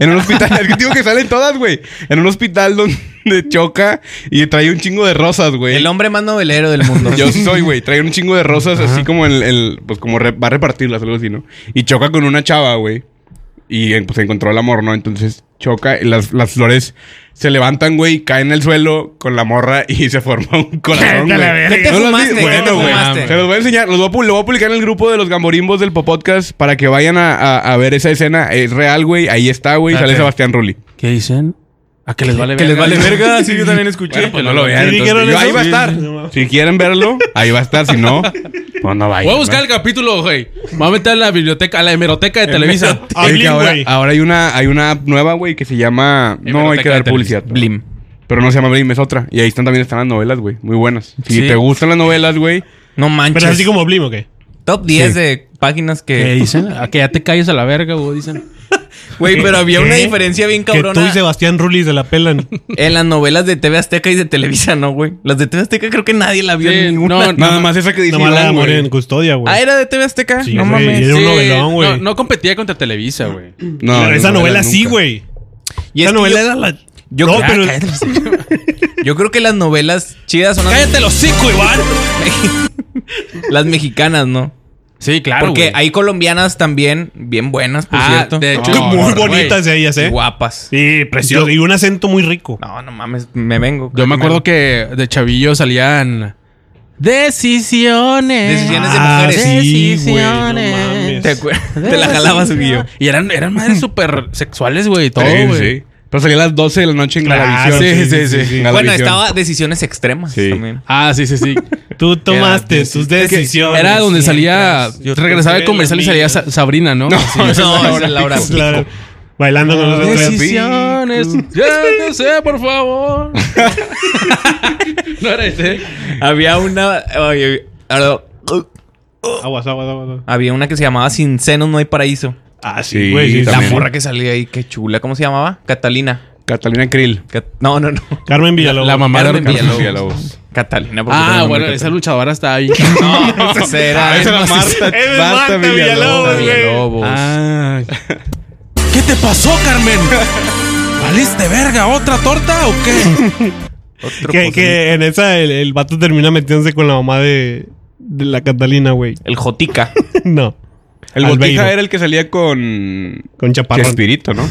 [SPEAKER 4] En un hospital. Es que te digo que salen todas, güey. En un hospital donde choca y trae un chingo de rosas, güey.
[SPEAKER 3] El hombre más novelero del mundo.
[SPEAKER 4] Yo sí soy, güey. Trae un chingo de rosas así como el, el- Pues como re- va a repartirlas, algo así, ¿no? Y choca con una chava, güey. Y eh, pues encontró el amor, ¿no? Entonces choca, y las, las flores se levantan, güey, caen al suelo con la morra y se forma un corazón.
[SPEAKER 1] Vete a
[SPEAKER 4] güey.
[SPEAKER 1] la verga.
[SPEAKER 3] ¿Qué te
[SPEAKER 4] No los
[SPEAKER 3] fumaste?
[SPEAKER 4] vi-
[SPEAKER 3] ¿Qué te
[SPEAKER 4] Bueno, güey.
[SPEAKER 3] fumaste?
[SPEAKER 4] Se los voy a enseñar. Los voy a, pu- lo voy a publicar en el grupo de los gamborimbos del Popodcast para que vayan a, a- a ver esa escena. Es real, güey. Ahí está, güey. Sale
[SPEAKER 2] Date.
[SPEAKER 4] Sebastián Rulli.
[SPEAKER 2] ¿Qué dicen? ¿A Ah, que les vale
[SPEAKER 3] Que les vale verga.
[SPEAKER 2] Sí, yo también escuché.
[SPEAKER 4] Pues no lo
[SPEAKER 1] vean,
[SPEAKER 4] vean.
[SPEAKER 1] ¿Sí dijeron
[SPEAKER 4] entonces. Yo-
[SPEAKER 1] eso?
[SPEAKER 4] ahí va a
[SPEAKER 1] Sí.
[SPEAKER 4] estar. Si quieren verlo, ahí va a estar. Si no, pues no vayan.
[SPEAKER 2] Voy a
[SPEAKER 4] ¿no?
[SPEAKER 2] buscar el capítulo, güey. Me voy a meter a la biblioteca, a la hemeroteca de Televisa.
[SPEAKER 1] Ah,
[SPEAKER 4] Es que
[SPEAKER 1] Blim,
[SPEAKER 4] ahora,
[SPEAKER 1] güey.
[SPEAKER 4] ahora hay una hay una app nueva, güey, que se llama No hay
[SPEAKER 2] Hemeroteca
[SPEAKER 4] que dar
[SPEAKER 2] de
[SPEAKER 4] publicidad.
[SPEAKER 3] Blim.
[SPEAKER 4] Pero no se llama Blim, es otra. Y ahí están también están las novelas, güey, muy buenas. Si
[SPEAKER 3] Sí.
[SPEAKER 4] te gustan las novelas, güey,
[SPEAKER 3] No manches.
[SPEAKER 1] Pero así como Blim, ¿o qué?
[SPEAKER 3] Top 10 de páginas
[SPEAKER 2] ¿Qué
[SPEAKER 3] que.
[SPEAKER 2] dicen? A que ya te calles a la verga, güey, dicen.
[SPEAKER 3] Güey, pero había
[SPEAKER 1] ¿Qué?
[SPEAKER 3] una diferencia bien cabrona.
[SPEAKER 1] ¿Eh? Que tú y Sebastián Rulli se la pelan.
[SPEAKER 3] En las novelas de TV Azteca y de Televisa, no, güey. Las de TV Azteca creo que nadie la vio
[SPEAKER 2] Sí,
[SPEAKER 3] en ninguna.
[SPEAKER 2] no,
[SPEAKER 4] nada más esa que dice
[SPEAKER 1] Nomás la de
[SPEAKER 4] Iván,
[SPEAKER 1] amor
[SPEAKER 4] güey.
[SPEAKER 1] en custodia, güey.
[SPEAKER 3] Ah, era de TV Azteca.
[SPEAKER 1] Sí,
[SPEAKER 3] no
[SPEAKER 1] güey,
[SPEAKER 3] mames.
[SPEAKER 1] era un novelón, güey.
[SPEAKER 2] no, no competía contra Televisa, güey.
[SPEAKER 4] No,
[SPEAKER 1] Pero esa
[SPEAKER 4] no,
[SPEAKER 1] novela
[SPEAKER 4] nunca.
[SPEAKER 1] sí, güey.
[SPEAKER 3] Y
[SPEAKER 1] esa
[SPEAKER 3] es que
[SPEAKER 1] novela
[SPEAKER 3] yo-
[SPEAKER 1] era la.
[SPEAKER 3] yo
[SPEAKER 1] no,
[SPEAKER 3] creo-
[SPEAKER 1] pero.
[SPEAKER 3] Ah, cállate los- Yo creo que las novelas chidas son las,
[SPEAKER 2] ¡Cállate los cinco, Iván!
[SPEAKER 3] las mexicanas, ¿no?
[SPEAKER 2] Sí, claro,
[SPEAKER 3] Porque
[SPEAKER 2] güey.
[SPEAKER 3] hay colombianas también, bien buenas, por
[SPEAKER 2] Ah,
[SPEAKER 3] cierto.
[SPEAKER 2] de hecho-
[SPEAKER 3] No,
[SPEAKER 2] No,
[SPEAKER 1] muy
[SPEAKER 2] no,
[SPEAKER 1] bonitas
[SPEAKER 2] güey.
[SPEAKER 1] ellas, ¿eh?
[SPEAKER 3] Guapas.
[SPEAKER 1] Sí, precioso. Y un acento muy rico.
[SPEAKER 3] No, no mames, me vengo.
[SPEAKER 2] Yo me acuerdo que de chavillo salían... Decisiones.
[SPEAKER 3] Decisiones de
[SPEAKER 1] Ah,
[SPEAKER 3] mujeres.
[SPEAKER 1] sí, güey, no
[SPEAKER 2] Decisiones.
[SPEAKER 1] mames.
[SPEAKER 3] ¿Te, acuer- te la jalabas, Guillo.
[SPEAKER 2] Y eran, eran madres súper sexuales, güey. Todo,
[SPEAKER 4] Sí,
[SPEAKER 2] güey.
[SPEAKER 4] sí. Pero salía a las 12 de la noche en
[SPEAKER 1] Claro,
[SPEAKER 4] Galavisión.
[SPEAKER 1] sí, sí, sí, sí.
[SPEAKER 4] En
[SPEAKER 3] Bueno,
[SPEAKER 4] Galavisión.
[SPEAKER 3] estaba decisiones extremas
[SPEAKER 4] Sí.
[SPEAKER 3] también.
[SPEAKER 2] Ah, sí, sí, sí.
[SPEAKER 1] Tú tomaste tus decisiones.
[SPEAKER 2] Era donde salía.
[SPEAKER 1] mientras yo te
[SPEAKER 2] Regresaba el
[SPEAKER 1] tuve
[SPEAKER 2] comercial y
[SPEAKER 1] la
[SPEAKER 2] salía
[SPEAKER 1] mía.
[SPEAKER 2] Sa- Sabrina, ¿no? Sí.
[SPEAKER 3] No, esa es la hora.
[SPEAKER 1] Claro. Bailando con los otros.
[SPEAKER 2] Decisiones. Ya no sé, por favor. no era ese.
[SPEAKER 3] Había una. oye, ahora-
[SPEAKER 1] Aguas, aguas, aguas. aguas.
[SPEAKER 3] Había una que se llamaba Sin senos no hay paraíso.
[SPEAKER 1] Ah,
[SPEAKER 4] Sí,
[SPEAKER 1] sí, güey. sí,
[SPEAKER 4] la
[SPEAKER 1] sí.
[SPEAKER 3] La
[SPEAKER 4] También.
[SPEAKER 3] morra que salía ahí, qué chula. ¿Cómo se llamaba? Catalina.
[SPEAKER 4] Catalina Krill.
[SPEAKER 3] Cat- no, no, no.
[SPEAKER 1] Carmen Villalobos.
[SPEAKER 2] La mamá de
[SPEAKER 3] Carmen
[SPEAKER 2] Arca-
[SPEAKER 3] Villalobos.
[SPEAKER 4] Villalobos.
[SPEAKER 3] Catalina. porque tenía
[SPEAKER 2] Ah,
[SPEAKER 3] un
[SPEAKER 2] bueno,
[SPEAKER 3] nombre
[SPEAKER 2] esa
[SPEAKER 3] catalán.
[SPEAKER 2] luchadora está ahí.
[SPEAKER 3] No, esa era.
[SPEAKER 4] Ah, esa era
[SPEAKER 3] no, sí,
[SPEAKER 1] Esa
[SPEAKER 4] Marta.
[SPEAKER 1] es Marta Villalobos, güey.
[SPEAKER 3] Villalobos.
[SPEAKER 2] Ah. ¿Qué te pasó, Carmen? ¿Valiste verga? ¿Otra torta o qué?
[SPEAKER 3] Otro
[SPEAKER 1] Que,
[SPEAKER 3] pozolito.
[SPEAKER 1] que en esa el, el vato termina metiéndose con la mamá de, de la Catalina, güey.
[SPEAKER 3] El Jotica.
[SPEAKER 1] no.
[SPEAKER 4] El
[SPEAKER 1] Albeiro.
[SPEAKER 4] Botija era el que salía con
[SPEAKER 1] Con Chaparro.
[SPEAKER 4] Chespirito, ¿no?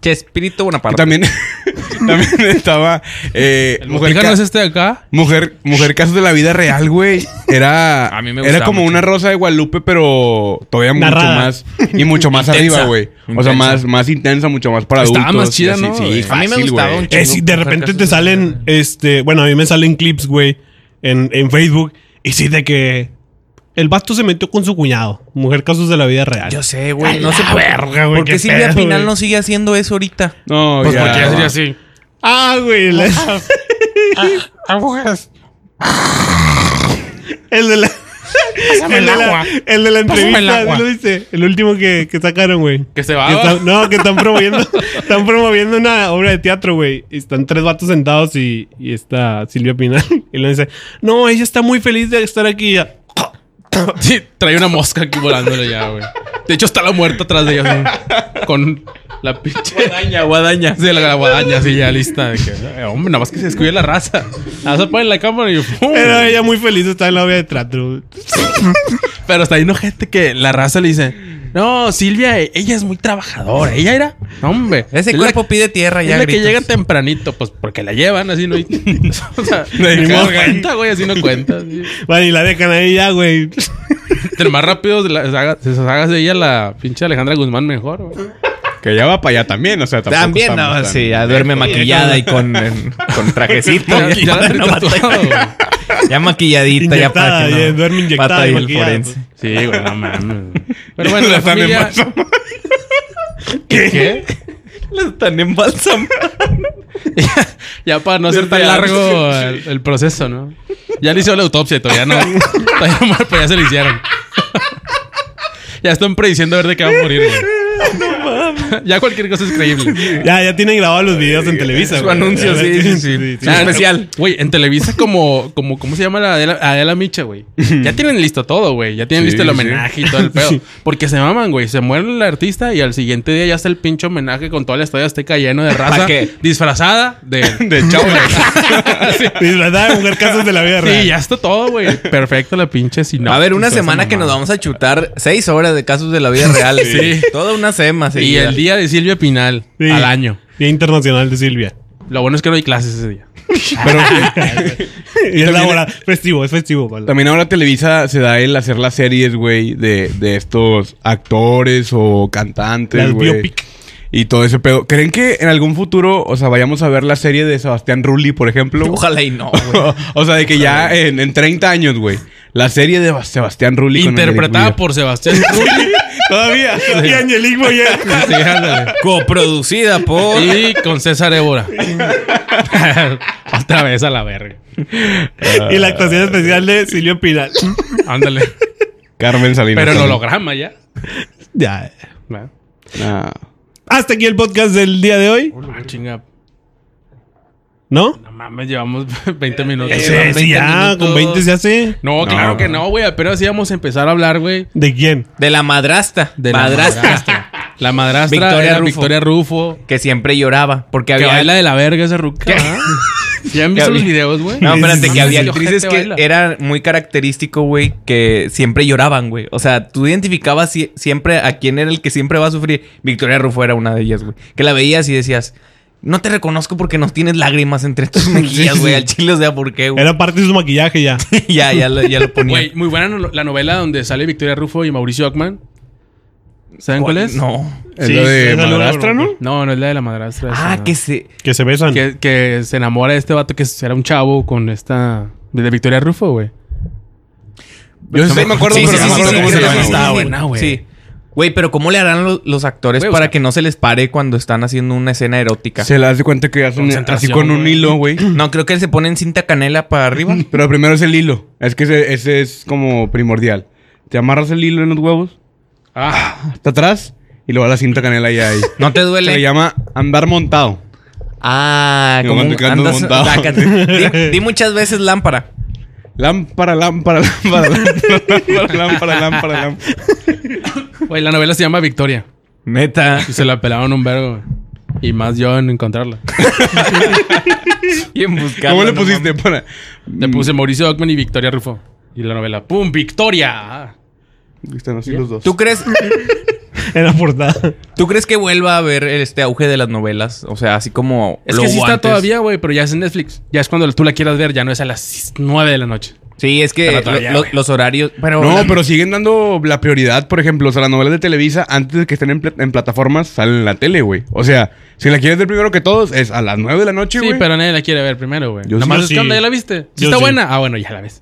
[SPEAKER 3] Chespirito
[SPEAKER 4] Que
[SPEAKER 3] Bonaparte.
[SPEAKER 4] también También estaba. eh,
[SPEAKER 2] ¿El
[SPEAKER 4] mujer,
[SPEAKER 2] Mojica
[SPEAKER 4] ca-
[SPEAKER 2] no es este de acá?
[SPEAKER 4] mujer, mujer casos de la vida real, güey. Era.
[SPEAKER 3] A mí me
[SPEAKER 4] Era
[SPEAKER 3] gustaba
[SPEAKER 4] como
[SPEAKER 3] mucho.
[SPEAKER 4] una rosa de Guadalupe, pero todavía
[SPEAKER 1] Narrada.
[SPEAKER 4] mucho más. Y mucho más arriba, güey. O
[SPEAKER 3] Intensa.
[SPEAKER 4] sea, más, más intensa, mucho más para adultos.
[SPEAKER 2] Estaba más chida,
[SPEAKER 4] y así,
[SPEAKER 2] ¿no,
[SPEAKER 4] sí,
[SPEAKER 2] güey?
[SPEAKER 3] A mí me
[SPEAKER 4] fácil,
[SPEAKER 3] gustaba
[SPEAKER 4] güey.
[SPEAKER 3] un
[SPEAKER 1] Es-
[SPEAKER 3] chingo
[SPEAKER 1] de
[SPEAKER 3] mujer
[SPEAKER 1] repente
[SPEAKER 3] casos
[SPEAKER 1] te
[SPEAKER 3] de la vida
[SPEAKER 1] salen,
[SPEAKER 3] real.
[SPEAKER 1] este, bueno, a mí me salen clips, güey, en, en Facebook. Y sí, de que el vato se metió con su cuñado. Mujer casos de la vida real.
[SPEAKER 3] Yo sé, güey.
[SPEAKER 1] A
[SPEAKER 3] No
[SPEAKER 1] la
[SPEAKER 3] sé por,
[SPEAKER 1] verga, güey,
[SPEAKER 3] por qué
[SPEAKER 1] qué
[SPEAKER 3] Silvia
[SPEAKER 1] pedo,
[SPEAKER 3] Pinal
[SPEAKER 1] güey.
[SPEAKER 3] no sigue haciendo eso ahorita.
[SPEAKER 4] No,
[SPEAKER 2] Pues
[SPEAKER 4] ya,
[SPEAKER 2] porque ya sería
[SPEAKER 4] no.
[SPEAKER 2] así.
[SPEAKER 1] Ah, güey. la- el de la... El de, la, el de la entrevista, ¿lo viste? El último que, que sacaron, güey.
[SPEAKER 2] Que se va.
[SPEAKER 1] Que están- no, que están promoviendo, están promoviendo una obra de teatro, güey. Y Están tres vatos sentados y, y está Silvia Pinal. Y le dice, no, ella está muy feliz de estar aquí. Y ya,
[SPEAKER 2] Sí, trae una mosca aquí volándole ya, güey. De hecho, está la muerta atrás de ella. güey. Con la pinche. Guadaña, guadaña. Sí, la, la guadaña, sí, ya lista. de que, eh, hombre, nada más que se descuide la raza. Nada más se pone la cámara y ¡pum!
[SPEAKER 1] Pero ella muy feliz de estar en la obra de teatro. güey.
[SPEAKER 2] Pero está ahí no gente que la raza le dice: No, Silvia, eh, ella es muy trabajadora. Ella era. No, hombre.
[SPEAKER 3] Ese
[SPEAKER 2] es la-
[SPEAKER 3] cuerpo pide tierra
[SPEAKER 2] es
[SPEAKER 3] ya.
[SPEAKER 2] la que
[SPEAKER 3] gritos.
[SPEAKER 2] llega tempranito, pues porque la llevan así, ¿no? Y- o sea,
[SPEAKER 4] Me
[SPEAKER 2] ni modo
[SPEAKER 4] cagan.
[SPEAKER 2] cuenta, güey, así no cuenta. sí.
[SPEAKER 1] Bueno, y la dejan ahí ya, güey.
[SPEAKER 2] Entre más rápido se la- se haga- se deshagas de ella la pinche Alejandra Guzmán mejor, güey.
[SPEAKER 4] Que ya va para allá también, o sea, tampoco
[SPEAKER 3] También,
[SPEAKER 4] estamos
[SPEAKER 3] no,
[SPEAKER 4] tan-
[SPEAKER 3] sí, ya duerme maquillada y con, en- con trajecito.
[SPEAKER 2] Ya- ya la
[SPEAKER 3] No,
[SPEAKER 2] tatuado,
[SPEAKER 3] batalla.
[SPEAKER 2] güey.
[SPEAKER 3] Ya maquilladita, ya
[SPEAKER 1] Inyectada,
[SPEAKER 3] para que no.
[SPEAKER 1] ya duerme inyectada
[SPEAKER 3] batalla
[SPEAKER 1] y
[SPEAKER 3] el
[SPEAKER 1] maquillada,
[SPEAKER 3] forense.
[SPEAKER 2] Sí, güey, no mames. Pero bueno,
[SPEAKER 4] La
[SPEAKER 2] la
[SPEAKER 4] están
[SPEAKER 2] familia...
[SPEAKER 4] embalsamando.
[SPEAKER 2] ¿Qué?
[SPEAKER 3] La están embalsamando.
[SPEAKER 2] Ya para no ser tan
[SPEAKER 3] Desde
[SPEAKER 2] largo el, el proceso, ¿no? Ya le hicieron la autopsia y todavía no. Todavía no, pero ya se lo hicieron. Ya están prediciendo a ver de qué va a morir, güey. No mames. Ya cualquier cosa es creíble.
[SPEAKER 1] Ya, ya tienen grabados los videos en Televisa,
[SPEAKER 3] Su
[SPEAKER 1] güey.
[SPEAKER 3] anuncio,
[SPEAKER 1] Ya
[SPEAKER 3] sí, sí,
[SPEAKER 1] tienen-
[SPEAKER 3] sí. Su
[SPEAKER 2] Ah,
[SPEAKER 3] especial.
[SPEAKER 2] Güey, en Televisa como, como, ¿cómo se llama la Adela, Adela Micha, güey? Ya tienen listo todo, güey. Ya tienen
[SPEAKER 4] Sí,
[SPEAKER 2] listo el
[SPEAKER 4] sí.
[SPEAKER 2] homenaje y todo el pedo. Porque se maman, güey. Se muere el artista y al siguiente día ya está el pinche homenaje con toda la estadio azteca lleno de raza.
[SPEAKER 3] ¿Pa' qué?
[SPEAKER 2] Disfrazada de...
[SPEAKER 4] De chavo.
[SPEAKER 1] Disfrazada de mujer casos de la vida real.
[SPEAKER 2] Sí, ya está todo, güey. Perfecto la pinche sinopsis.
[SPEAKER 3] a ver, una
[SPEAKER 2] y toda esa
[SPEAKER 3] semana que nos
[SPEAKER 2] mamada.
[SPEAKER 3] vamos a chutar seis horas de casos de la vida real.
[SPEAKER 2] Sí.
[SPEAKER 3] Toda una sema
[SPEAKER 2] Y
[SPEAKER 3] seguida.
[SPEAKER 2] el día de Silvia Pinal
[SPEAKER 1] Sí.
[SPEAKER 2] al año.
[SPEAKER 1] Día Internacional de Silvia.
[SPEAKER 2] Lo bueno es que no hay clases ese día.
[SPEAKER 1] Y es la hora. Festivo, es festivo. Pablo.
[SPEAKER 4] También ahora Televisa se da el hacer las series, güey, de, de estos actores o cantantes,
[SPEAKER 1] Las
[SPEAKER 4] güey.
[SPEAKER 1] biopic.
[SPEAKER 4] Y todo ese pedo. ¿Creen que en algún futuro, o sea, vayamos a ver la serie de Sebastián Rulli, por ejemplo?
[SPEAKER 3] Ojalá y no, güey.
[SPEAKER 4] o sea, de que ya en, en 30 años, güey. La serie de Bas- Sebastián Rulli. con
[SPEAKER 2] Interpretada
[SPEAKER 4] Angelique
[SPEAKER 2] por Sebastián Rulli.
[SPEAKER 4] Boyer. Todavía.
[SPEAKER 1] Y Angelique Boyer.
[SPEAKER 2] Sí, ándale.
[SPEAKER 3] Coproducida por.
[SPEAKER 2] Y con César Évora. Otra vez a la verga.
[SPEAKER 1] y la actuación especial de Silvio Pinal.
[SPEAKER 2] Ándale.
[SPEAKER 4] Carmen Salinas.
[SPEAKER 2] Pero el holograma ya.
[SPEAKER 1] ya.
[SPEAKER 2] Bueno,
[SPEAKER 4] Ah.
[SPEAKER 1] Hasta aquí el podcast del día de hoy,
[SPEAKER 2] ah, chinga.
[SPEAKER 1] ¿no?
[SPEAKER 2] No mames, llevamos 20 minutos.
[SPEAKER 1] Sí, sí, ya, con 20 se hace.
[SPEAKER 2] No, claro
[SPEAKER 4] No.
[SPEAKER 2] que no, güey. Apenas íbamos a empezar a hablar, güey.
[SPEAKER 1] ¿De quién?
[SPEAKER 3] De la madrasta.
[SPEAKER 2] De la
[SPEAKER 3] madrastra.
[SPEAKER 2] madrastra. La madrastra
[SPEAKER 3] Victoria
[SPEAKER 2] era
[SPEAKER 3] Rufo.
[SPEAKER 2] Victoria Rufo.
[SPEAKER 3] Que siempre lloraba. Porque
[SPEAKER 2] Que
[SPEAKER 3] había.
[SPEAKER 2] baila de la verga esa ruca. ¿verdad? ¿Ya han
[SPEAKER 3] Que
[SPEAKER 2] visto los
[SPEAKER 3] había-
[SPEAKER 2] videos, güey?
[SPEAKER 3] No, espérate, que había
[SPEAKER 2] Sí,
[SPEAKER 3] actrices
[SPEAKER 2] ojete
[SPEAKER 3] que
[SPEAKER 2] baila.
[SPEAKER 3] era muy característico, güey, que siempre lloraban, güey. O sea, tú identificabas si- siempre a quién era el que siempre va a sufrir. Victoria Rufo era una de ellas, güey. Que la veías y decías, no te reconozco porque nos tienes lágrimas entre tus mejillas, güey. Al chile, o sea, ¿por qué, güey?
[SPEAKER 1] Era parte de su maquillaje ya.
[SPEAKER 3] ya, ya lo, ya lo ponía.
[SPEAKER 2] Güey, muy buena no- la novela donde sale Victoria Rufo y Mauricio Ackman. ¿Saben cuál es?
[SPEAKER 3] No.
[SPEAKER 4] Es
[SPEAKER 1] Sí,
[SPEAKER 4] la de
[SPEAKER 1] esa no la
[SPEAKER 4] madrastra, ¿no?
[SPEAKER 1] conozco.
[SPEAKER 2] No, no es la de la madrastra.
[SPEAKER 3] Ah,
[SPEAKER 2] esa.
[SPEAKER 3] que se...
[SPEAKER 1] Que se besan.
[SPEAKER 2] que, que se enamora de este vato que era un chavo con esta. De Victoria Rufo, güey.
[SPEAKER 4] Yo sí me acuerdo,
[SPEAKER 3] Sí,
[SPEAKER 4] pero
[SPEAKER 3] sí,
[SPEAKER 4] no me
[SPEAKER 3] sí,
[SPEAKER 4] acuerdo
[SPEAKER 3] sí,
[SPEAKER 4] cómo
[SPEAKER 3] sí,
[SPEAKER 4] se
[SPEAKER 3] sí, sí,
[SPEAKER 4] llama. güey.
[SPEAKER 2] Estaba
[SPEAKER 3] sí,
[SPEAKER 2] buena, güey.
[SPEAKER 3] Sí. Güey, pero ¿cómo le harán lo- los actores
[SPEAKER 2] Voy a
[SPEAKER 3] para
[SPEAKER 2] buscar.
[SPEAKER 3] que no se les pare cuando están haciendo una escena erótica?
[SPEAKER 4] Se las de cuenta que hacen así
[SPEAKER 2] Concentración,
[SPEAKER 4] con un
[SPEAKER 2] güey.
[SPEAKER 4] hilo, güey.
[SPEAKER 3] No, creo que se ponen cinta canela para arriba.
[SPEAKER 4] Pero primero es el hilo. Es que ese, ese es como primordial. Te amarras el hilo en los huevos,
[SPEAKER 2] Ah,
[SPEAKER 4] hasta atrás, y luego la cinta canela ya ahí.
[SPEAKER 3] No te
[SPEAKER 4] Se le
[SPEAKER 3] duele.
[SPEAKER 4] llama andar montado.
[SPEAKER 3] Ah,
[SPEAKER 4] Y
[SPEAKER 3] como
[SPEAKER 4] cuando
[SPEAKER 3] un-
[SPEAKER 4] ando
[SPEAKER 3] andas,
[SPEAKER 4] montado.
[SPEAKER 3] sácate. di, di muchas veces lámpara.
[SPEAKER 4] Lámpara, lámpara, lámpara, lámpara, lámpara, lámpara, lámpara.
[SPEAKER 2] güey, la novela se llama Victoria.
[SPEAKER 3] Neta.
[SPEAKER 2] Y se la pelaron un vergo, güey. Y más yo en encontrarla.
[SPEAKER 3] Bien buscado.
[SPEAKER 4] ¿Cómo le
[SPEAKER 3] no
[SPEAKER 4] pusiste?
[SPEAKER 3] mames.
[SPEAKER 4] Para...
[SPEAKER 3] Mm.
[SPEAKER 2] Le puse Mauricio Ackman y Victoria Rufo. Y la novela, ¡pum! ¡Victoria!
[SPEAKER 4] Están así los dos.
[SPEAKER 3] ¿Tú crees,
[SPEAKER 1] En la portada.
[SPEAKER 3] ¿Tú crees que vuelva a haber este auge de las novelas? O sea, así como.
[SPEAKER 2] Es
[SPEAKER 3] lo
[SPEAKER 2] que sí
[SPEAKER 3] hubo
[SPEAKER 2] está
[SPEAKER 3] antes.
[SPEAKER 2] todavía, güey, pero ya es en Netflix. Ya es cuando tú la quieras ver, ya no es a las 9 de la noche.
[SPEAKER 3] Sí, es que
[SPEAKER 2] Pero todavía,
[SPEAKER 3] lo- lo-
[SPEAKER 2] güey.
[SPEAKER 3] los horarios. Pero
[SPEAKER 4] No,
[SPEAKER 3] la-
[SPEAKER 4] pero siguen dando la prioridad, por ejemplo, o sea, las novelas de Televisa, antes de que estén en, pla- en plataformas, salen en la tele, güey. O sea, si la quieres ver primero que todos, es a las 9 de la noche,
[SPEAKER 2] Sí,
[SPEAKER 4] güey.
[SPEAKER 2] pero nadie la quiere ver primero, güey.
[SPEAKER 4] Yo
[SPEAKER 2] Nada
[SPEAKER 4] sí.
[SPEAKER 2] más
[SPEAKER 1] Yo
[SPEAKER 2] es
[SPEAKER 1] sí.
[SPEAKER 2] que onda, ¿ya la viste? ¿Sí
[SPEAKER 1] Yo
[SPEAKER 2] está
[SPEAKER 1] sí.
[SPEAKER 2] buena? Ah, bueno, ya la ves.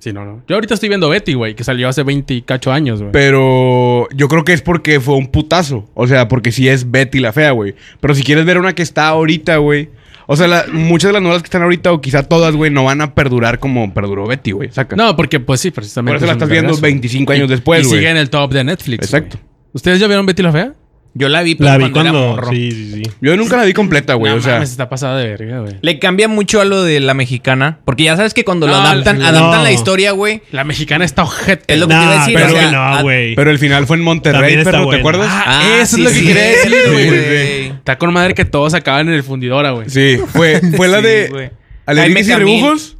[SPEAKER 2] Sí, no, no. Yo ahorita estoy viendo Betty, güey, que salió hace 28 años, güey.
[SPEAKER 4] Pero yo creo que es porque fue un putazo. O sea, porque sí es Betty la fea, güey. Pero si quieres ver una que está ahorita, güey. O sea, la- muchas de las novelas que están ahorita, o quizá todas, güey, no van a perdurar como perduró Betty, güey. Saca.
[SPEAKER 2] No, porque pues sí, precisamente.
[SPEAKER 4] Por eso
[SPEAKER 2] es
[SPEAKER 4] la
[SPEAKER 2] un
[SPEAKER 4] estás viendo
[SPEAKER 2] vergazo.
[SPEAKER 4] 25 años
[SPEAKER 2] Y-
[SPEAKER 4] después,
[SPEAKER 2] Y
[SPEAKER 4] güey.
[SPEAKER 2] sigue en el top de Netflix.
[SPEAKER 4] Exacto.
[SPEAKER 2] güey. ¿Ustedes ya vieron Betty la Fea?
[SPEAKER 3] yo la vi, pero
[SPEAKER 1] La vi
[SPEAKER 3] era
[SPEAKER 1] cuando.
[SPEAKER 3] morro.
[SPEAKER 1] Sí, sí, sí.
[SPEAKER 4] Yo nunca la vi completa, güey.
[SPEAKER 2] No
[SPEAKER 4] o sea,
[SPEAKER 2] mames, está pasada de verga, güey.
[SPEAKER 3] Le cambia mucho a lo de la mexicana. Porque ya sabes que cuando lo
[SPEAKER 2] No,
[SPEAKER 3] adaptan,
[SPEAKER 1] no.
[SPEAKER 3] adaptan la historia, güey.
[SPEAKER 2] La mexicana está ojete.
[SPEAKER 3] Es lo que te iba a
[SPEAKER 1] Nah,
[SPEAKER 3] decir.
[SPEAKER 1] pero
[SPEAKER 3] o sea,
[SPEAKER 1] que
[SPEAKER 3] a-
[SPEAKER 1] no, güey.
[SPEAKER 4] pero el final fue en Monterrey,
[SPEAKER 1] También está
[SPEAKER 4] perro, ¿te
[SPEAKER 1] buena.
[SPEAKER 4] acuerdas?
[SPEAKER 2] Ah,
[SPEAKER 3] Ah,
[SPEAKER 2] eso
[SPEAKER 3] sí,
[SPEAKER 2] es lo que
[SPEAKER 3] sí,
[SPEAKER 2] quería
[SPEAKER 3] sí,
[SPEAKER 2] decir,
[SPEAKER 4] güey.
[SPEAKER 2] güey. Está con madre que todos acaban en el fundidora, güey.
[SPEAKER 4] Sí, fue, fue la
[SPEAKER 3] Sí,
[SPEAKER 4] de
[SPEAKER 3] güey.
[SPEAKER 4] Alegrías y
[SPEAKER 3] Jaime Camil.
[SPEAKER 4] Rebujos.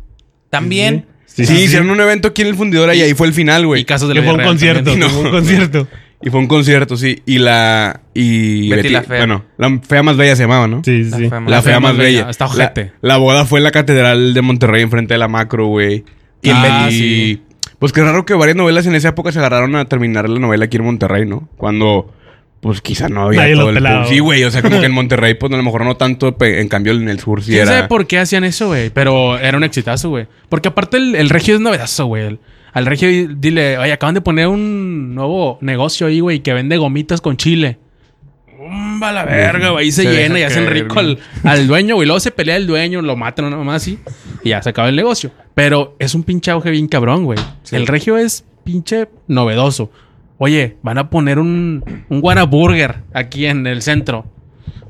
[SPEAKER 3] También.
[SPEAKER 4] Sí, hicieron un evento aquí en el Fundidora y ahí fue el final, güey.
[SPEAKER 2] Y casos de
[SPEAKER 1] Que
[SPEAKER 2] la
[SPEAKER 1] fue un
[SPEAKER 2] vida real
[SPEAKER 1] concierto.
[SPEAKER 2] también.
[SPEAKER 1] que Fue un concierto.
[SPEAKER 4] Y fue un concierto, sí. Y la. Y
[SPEAKER 3] Betty la Fea.
[SPEAKER 4] Bueno, la fea más bella se llamaba, ¿no?
[SPEAKER 1] Sí, sí, sí.
[SPEAKER 3] La fama.
[SPEAKER 4] La, fea, más bella.
[SPEAKER 2] Está
[SPEAKER 4] La-
[SPEAKER 2] ojete.
[SPEAKER 4] La, boda fue en la catedral de Monterrey, enfrente de la macro, güey. Y,
[SPEAKER 2] Ah,
[SPEAKER 4] y-
[SPEAKER 2] sí.
[SPEAKER 4] Pues qué raro que varias novelas en esa época se agarraron a terminar la novela aquí en Monterrey, ¿no? Cuando. Pues quizá no había
[SPEAKER 1] Nadie
[SPEAKER 4] todo
[SPEAKER 1] lo
[SPEAKER 4] el
[SPEAKER 1] pelaba.
[SPEAKER 4] Sí, güey. O sea, como que en Monterrey, pues a lo mejor no tanto. pe- En cambio, en el sur sí
[SPEAKER 2] ¿Quién
[SPEAKER 4] era.
[SPEAKER 2] sabe por qué hacían eso, güey? Pero era un exitazo, güey. Porque aparte el, el regio es novedoso, güey. El- Al regio di- dile, oye, acaban de poner un nuevo negocio ahí, güey, que vende gomitas con chile. ¡Um, va la verga, güey! Ahí se,
[SPEAKER 3] Se deja
[SPEAKER 2] llena y hacen
[SPEAKER 3] caer,
[SPEAKER 2] rico al, al dueño, güey. Luego se pelea el dueño, lo matan nomás así. Y ya se acaba el negocio. Pero es un pinche auge bien cabrón, güey. El regio es pinche novedoso. Oye, van a poner un, un Whataburger aquí en el centro.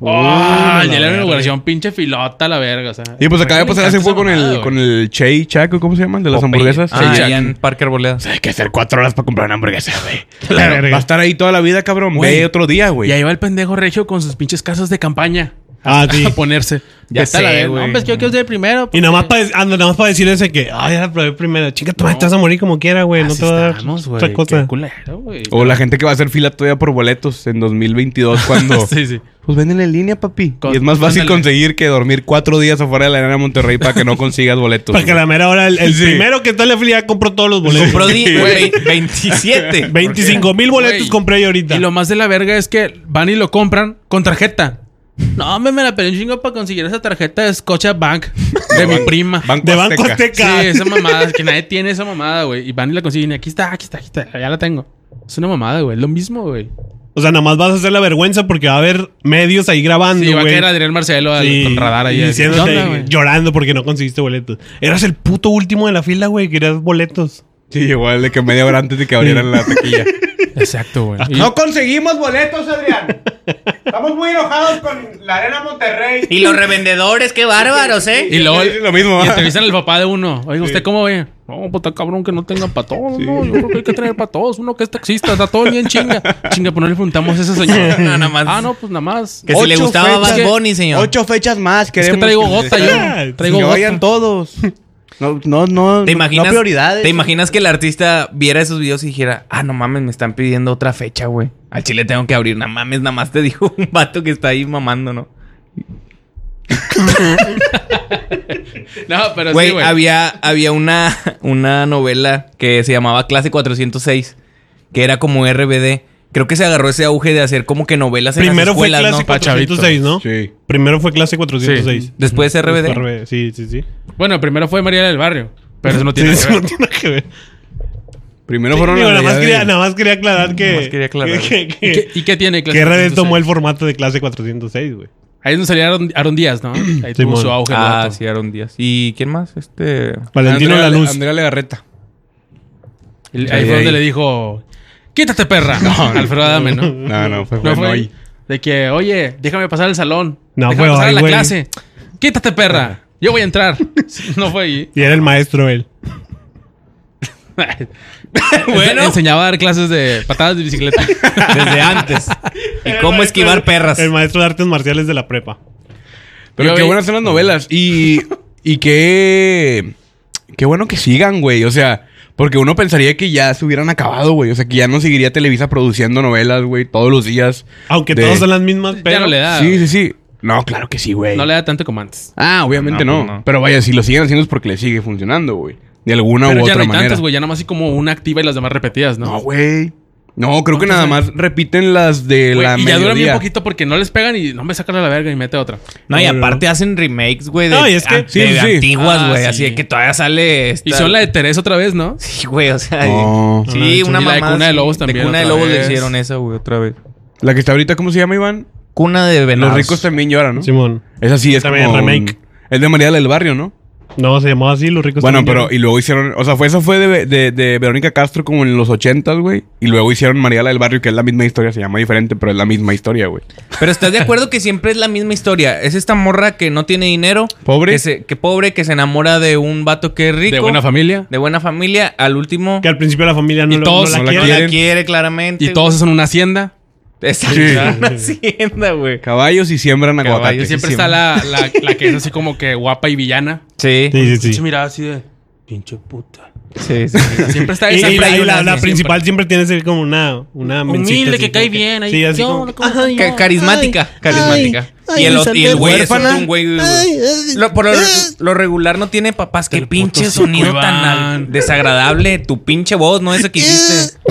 [SPEAKER 2] ¡Ah!
[SPEAKER 1] la
[SPEAKER 2] el día de la
[SPEAKER 1] verga.
[SPEAKER 2] inauguración, pinche filota, la verga. O sea,
[SPEAKER 4] Y pues acaba de
[SPEAKER 2] Me
[SPEAKER 4] pasar
[SPEAKER 2] encanta
[SPEAKER 4] hace
[SPEAKER 2] esa
[SPEAKER 4] poco con
[SPEAKER 2] mamada,
[SPEAKER 4] el,
[SPEAKER 2] güey.
[SPEAKER 4] con el Che Chaco, ¿cómo se llaman? De las
[SPEAKER 3] Popeye.
[SPEAKER 4] hamburguesas.
[SPEAKER 3] Ah,
[SPEAKER 4] Shake
[SPEAKER 3] allá
[SPEAKER 4] Shack.
[SPEAKER 3] en Parker Boledas.
[SPEAKER 4] Hay que hacer cuatro horas para comprar una hamburguesa, güey.
[SPEAKER 1] La
[SPEAKER 4] Claro,
[SPEAKER 1] verga.
[SPEAKER 4] va a estar ahí toda la vida, cabrón.
[SPEAKER 2] Güey.
[SPEAKER 4] Ve otro día,
[SPEAKER 2] Y
[SPEAKER 4] güey.
[SPEAKER 2] ahí va el pendejo regio con sus pinches casas de campaña.
[SPEAKER 1] Ah, sí.
[SPEAKER 2] A ponerse.
[SPEAKER 3] Ya
[SPEAKER 2] Vete a
[SPEAKER 3] sé,
[SPEAKER 2] verga.
[SPEAKER 3] güey.
[SPEAKER 2] No, pues que yo quiero ser el primero.
[SPEAKER 1] Y nomás para nada más para decir ese que, ay, ya la probé primero. Chica, tú te vas a morir como quiera, güey. No te va a dar otra cosa.
[SPEAKER 4] O la gente que va a hacer fila todavía por boletos en 2022 cuando...
[SPEAKER 2] Sí, sí.
[SPEAKER 4] Pues venden en línea, papi.
[SPEAKER 2] Con-
[SPEAKER 4] y es más fácil
[SPEAKER 2] ándale.
[SPEAKER 4] conseguir que dormir cuatro días afuera de la arena de Monterrey para que no consigas boletos.
[SPEAKER 1] Para que a la
[SPEAKER 4] güey.
[SPEAKER 1] mera hora, el, el
[SPEAKER 4] Sí.
[SPEAKER 1] primero que está en la fila compró todos los boletos.
[SPEAKER 3] Compró di-
[SPEAKER 1] Sí.
[SPEAKER 3] güey, 27.
[SPEAKER 1] 25 mil boletos
[SPEAKER 2] Güey.
[SPEAKER 1] compré yo ahorita.
[SPEAKER 2] Y lo más de la verga es que van y lo compran con tarjeta. No, hombre, me la pedí un chingo para conseguir esa tarjeta de Scotiabank de mi prima.
[SPEAKER 4] Banco
[SPEAKER 1] de Banco
[SPEAKER 4] Azteca.
[SPEAKER 2] Sí,
[SPEAKER 1] Azteca.
[SPEAKER 2] esa mamada, es que nadie tiene esa mamada, güey. Y van y la consiguen. y Aquí está, aquí está, aquí está. Ya la tengo. Es una mamada, güey. Lo mismo, güey.
[SPEAKER 1] O sea, nada más vas a hacer la vergüenza porque va a haber medios ahí grabando,
[SPEAKER 2] Sí, va a
[SPEAKER 1] güey.
[SPEAKER 2] caer Adrián Marcelo al,
[SPEAKER 1] Sí,
[SPEAKER 2] con radar ahí.
[SPEAKER 1] y diciéndote,
[SPEAKER 2] ¿Qué onda, güey?
[SPEAKER 1] llorando porque no conseguiste boletos. Eras el puto último de la fila, güey, querías boletos.
[SPEAKER 4] Sí, igual de que media hora antes de que abrieran la taquilla.
[SPEAKER 2] Exacto, güey. Y-
[SPEAKER 4] conseguimos boletos, Adrián. Estamos muy enojados con la arena Monterrey.
[SPEAKER 3] Y los revendedores, qué bárbaros, ¿eh?
[SPEAKER 2] Y luego
[SPEAKER 4] Es lo mismo,
[SPEAKER 2] y
[SPEAKER 4] ¿ah?
[SPEAKER 2] entrevistan al papá de uno. Oiga, ¿usted cómo ve? No, pues está cabrón que no tengan para todos. No, yo creo que hay que traer para todos. Uno que es taxista, está todo bien chinga. Chinga, pues no le preguntamos a esa señora.
[SPEAKER 3] No, nada más.
[SPEAKER 2] Ah, no, pues nada más.
[SPEAKER 3] Que si le
[SPEAKER 4] Ocho
[SPEAKER 3] gustaba
[SPEAKER 4] fechas.
[SPEAKER 3] Bad Bunny, señor.
[SPEAKER 4] Ocho fechas más
[SPEAKER 2] es
[SPEAKER 4] queremos.
[SPEAKER 2] que traigo
[SPEAKER 4] que-
[SPEAKER 2] gota yo. Traigo
[SPEAKER 4] que
[SPEAKER 2] gota.
[SPEAKER 4] vayan todos. No, no, no.
[SPEAKER 3] ¿Te imaginas,
[SPEAKER 4] no prioridades.
[SPEAKER 3] ¿Te imaginas que el artista viera esos videos y dijera, ah, no mames, me están pidiendo otra fecha, güey? Al chile tengo que abrir, no mames, nada más te dijo un vato que está ahí mamando, ¿no?
[SPEAKER 2] No, pero
[SPEAKER 3] Güey,
[SPEAKER 2] sí, güey.
[SPEAKER 3] había, había una, una novela que se llamaba Clase 406, que era como RBD. Creo que se agarró ese auge de hacer como que novelas en
[SPEAKER 1] Primero
[SPEAKER 3] las
[SPEAKER 1] fue
[SPEAKER 3] escuelas,
[SPEAKER 1] clase
[SPEAKER 3] ¿no? Pa' chavitos.
[SPEAKER 1] 406, ¿no?
[SPEAKER 4] Sí.
[SPEAKER 1] Primero fue clase 406.
[SPEAKER 3] Después RBD.
[SPEAKER 1] RBD, Sí, sí, sí.
[SPEAKER 2] Bueno, primero fue María del Barrio. Pero eso no
[SPEAKER 1] Sí,
[SPEAKER 2] tiene
[SPEAKER 1] eso
[SPEAKER 2] que ver.
[SPEAKER 1] no tiene que ver.
[SPEAKER 4] Primero
[SPEAKER 1] Sí,
[SPEAKER 4] fueron
[SPEAKER 1] digo,
[SPEAKER 4] las
[SPEAKER 1] nada, más
[SPEAKER 4] de-
[SPEAKER 1] quería, nada más quería aclarar que.
[SPEAKER 3] más quería aclarar.
[SPEAKER 1] Que, que,
[SPEAKER 2] ¿Y
[SPEAKER 1] que-
[SPEAKER 2] qué, y qué tiene? clase
[SPEAKER 1] que RBD
[SPEAKER 2] 406?
[SPEAKER 1] tomó el formato de clase 406, güey.
[SPEAKER 2] Ahí es donde salía Aaron, Aaron Díaz, ¿no? Ahí tuvo
[SPEAKER 1] Simón.
[SPEAKER 2] su auge. el
[SPEAKER 3] Ah,
[SPEAKER 2] vato.
[SPEAKER 3] sí, Aaron Díaz. ¿Y quién más? Este...
[SPEAKER 1] Valentino
[SPEAKER 4] Andrea-
[SPEAKER 1] Lanús.
[SPEAKER 4] Andrea Legarreta.
[SPEAKER 2] Y Ahí
[SPEAKER 4] Ahí,
[SPEAKER 2] fue donde
[SPEAKER 4] ahí.
[SPEAKER 2] le dijo: Quítate, perra. Alfredo Adame, ¿no?
[SPEAKER 4] No, no, fue,
[SPEAKER 2] No
[SPEAKER 4] fue
[SPEAKER 2] fue
[SPEAKER 4] Noy.
[SPEAKER 2] de que, oye, déjame pasar al salón.
[SPEAKER 1] No
[SPEAKER 2] déjame
[SPEAKER 1] fue
[SPEAKER 2] pasar
[SPEAKER 1] hoy,
[SPEAKER 2] a la
[SPEAKER 1] güey.
[SPEAKER 2] clase. Quítate, perra. Yo voy a entrar. No fue ahí.
[SPEAKER 1] Y era el maestro él.
[SPEAKER 2] bueno. Enseñaba a dar clases de patadas de bicicleta.
[SPEAKER 3] Desde antes. ¿Y
[SPEAKER 1] Era el
[SPEAKER 3] cómo
[SPEAKER 1] maestro-
[SPEAKER 3] esquivar perras?
[SPEAKER 1] El maestro de artes marciales de la prepa.
[SPEAKER 4] Pero
[SPEAKER 2] Yo
[SPEAKER 4] qué
[SPEAKER 2] vi-
[SPEAKER 4] buenas son las novelas. Y, y qué. Qué bueno que sigan, güey. O sea, Porque uno pensaría que ya se hubieran acabado, güey. O sea, que ya no seguiría Televisa produciendo novelas, güey, todos los días.
[SPEAKER 1] Aunque
[SPEAKER 4] de-
[SPEAKER 1] todas son las mismas, pero.
[SPEAKER 2] ya no le da.
[SPEAKER 4] Sí,
[SPEAKER 2] güey.
[SPEAKER 4] sí, sí. No, claro que sí, güey.
[SPEAKER 2] No le da tanto como antes.
[SPEAKER 4] Ah, obviamente
[SPEAKER 3] No,
[SPEAKER 4] no.
[SPEAKER 3] pues no.
[SPEAKER 4] Pero vaya, si lo siguen haciendo es porque le sigue funcionando, güey. De alguna
[SPEAKER 2] Pero
[SPEAKER 4] u
[SPEAKER 2] ya no
[SPEAKER 4] otra
[SPEAKER 2] hay
[SPEAKER 4] manera.
[SPEAKER 2] tantas, güey. Ya nomás así como una activa y las demás repetidas, ¿no?
[SPEAKER 4] no, güey. No, creo que nada
[SPEAKER 2] ¿Cuántas
[SPEAKER 4] más repiten las de
[SPEAKER 2] Güey,
[SPEAKER 4] la
[SPEAKER 2] y ya
[SPEAKER 4] mediodía.
[SPEAKER 2] dura bien poquito porque no les pegan y no me sacan a la verga y mete otra.
[SPEAKER 3] No, y
[SPEAKER 1] No, no,
[SPEAKER 3] aparte hacen remakes, güey, de,
[SPEAKER 1] No, y es que-
[SPEAKER 3] an-
[SPEAKER 4] Sí,
[SPEAKER 3] de
[SPEAKER 4] sí, sí.
[SPEAKER 3] antiguas,
[SPEAKER 2] Ah,
[SPEAKER 3] güey.
[SPEAKER 2] sí.
[SPEAKER 3] Así de que todavía sale. esta-
[SPEAKER 2] Y son la de Teresa otra vez, ¿no?
[SPEAKER 3] Sí, güey, o sea.
[SPEAKER 4] No.
[SPEAKER 3] Sí,
[SPEAKER 1] No,
[SPEAKER 3] una
[SPEAKER 2] y la de
[SPEAKER 3] mamá.
[SPEAKER 2] Cuna de
[SPEAKER 3] sí,
[SPEAKER 2] Lobos también
[SPEAKER 3] De Cuna de
[SPEAKER 2] otra
[SPEAKER 3] Lobos le
[SPEAKER 2] vez.
[SPEAKER 3] hicieron esa, güey, otra vez.
[SPEAKER 4] La que está ahorita, ¿cómo se llama, Iván?
[SPEAKER 3] Cuna de
[SPEAKER 4] Los
[SPEAKER 3] Venados.
[SPEAKER 4] ricos también lloran, ¿no?
[SPEAKER 1] Simón.
[SPEAKER 4] Esa sí es
[SPEAKER 1] También
[SPEAKER 4] como
[SPEAKER 1] remake.
[SPEAKER 4] un- Es de María del Barrio, ¿no?
[SPEAKER 1] No, se llamó así, los ricos.
[SPEAKER 4] Bueno,
[SPEAKER 1] también
[SPEAKER 4] pero y luego hicieron, o sea, fue esa fue de, de- de Verónica Castro como en los 80 güey, y luego hicieron María la del Barrio que es la misma historia, se llama diferente, pero es la misma historia, güey.
[SPEAKER 3] Pero estás de acuerdo que siempre es la misma historia. Es esta morra que no tiene dinero.
[SPEAKER 4] Pobre.
[SPEAKER 3] Que, se- que pobre, que se enamora de un vato que es rico.
[SPEAKER 2] De buena familia.
[SPEAKER 3] de buena familia. Al último.
[SPEAKER 1] lloran. Que al principio la familia no,
[SPEAKER 2] Y
[SPEAKER 1] lo-
[SPEAKER 2] todos-
[SPEAKER 1] no la
[SPEAKER 4] no la
[SPEAKER 1] quiere.
[SPEAKER 3] no la
[SPEAKER 4] quieren.
[SPEAKER 3] quiere claramente.
[SPEAKER 2] Y todos son una hacienda.
[SPEAKER 3] Están
[SPEAKER 4] Sí.
[SPEAKER 3] en una hacienda, güey.
[SPEAKER 4] Caballos y siembran
[SPEAKER 3] Caballos
[SPEAKER 4] aguacate.
[SPEAKER 2] Y siempre
[SPEAKER 3] sí,
[SPEAKER 2] está la, la, la que es así como que guapa y villana.
[SPEAKER 3] Sí.
[SPEAKER 1] Sí, sí,
[SPEAKER 2] Pinche
[SPEAKER 1] sí.
[SPEAKER 2] mirada así de pinche puta.
[SPEAKER 3] Sí, sí.
[SPEAKER 2] Siempre está
[SPEAKER 1] Y, y
[SPEAKER 2] esa.
[SPEAKER 1] la,
[SPEAKER 3] hay
[SPEAKER 1] y la-
[SPEAKER 3] una, sí,
[SPEAKER 1] la
[SPEAKER 3] siempre.
[SPEAKER 1] principal siempre tiene que ser como una, una mencita,
[SPEAKER 2] Humilde,
[SPEAKER 1] así
[SPEAKER 2] que
[SPEAKER 1] como
[SPEAKER 2] cae bien. Ahí,
[SPEAKER 1] Sí, así
[SPEAKER 2] ¿qué
[SPEAKER 1] como-
[SPEAKER 2] onda? ¿Cómo-
[SPEAKER 5] Ay,
[SPEAKER 3] Ca- carismática, carismática. y el, ot- y el güey es
[SPEAKER 4] huérfana.
[SPEAKER 3] un güey. Lo, por lo, lo regular no tiene papás. Qué
[SPEAKER 2] El
[SPEAKER 3] pinche
[SPEAKER 2] puto
[SPEAKER 3] sonido
[SPEAKER 2] Iván.
[SPEAKER 3] tan al- desagradable. Tu pinche voz, no esa que hiciste.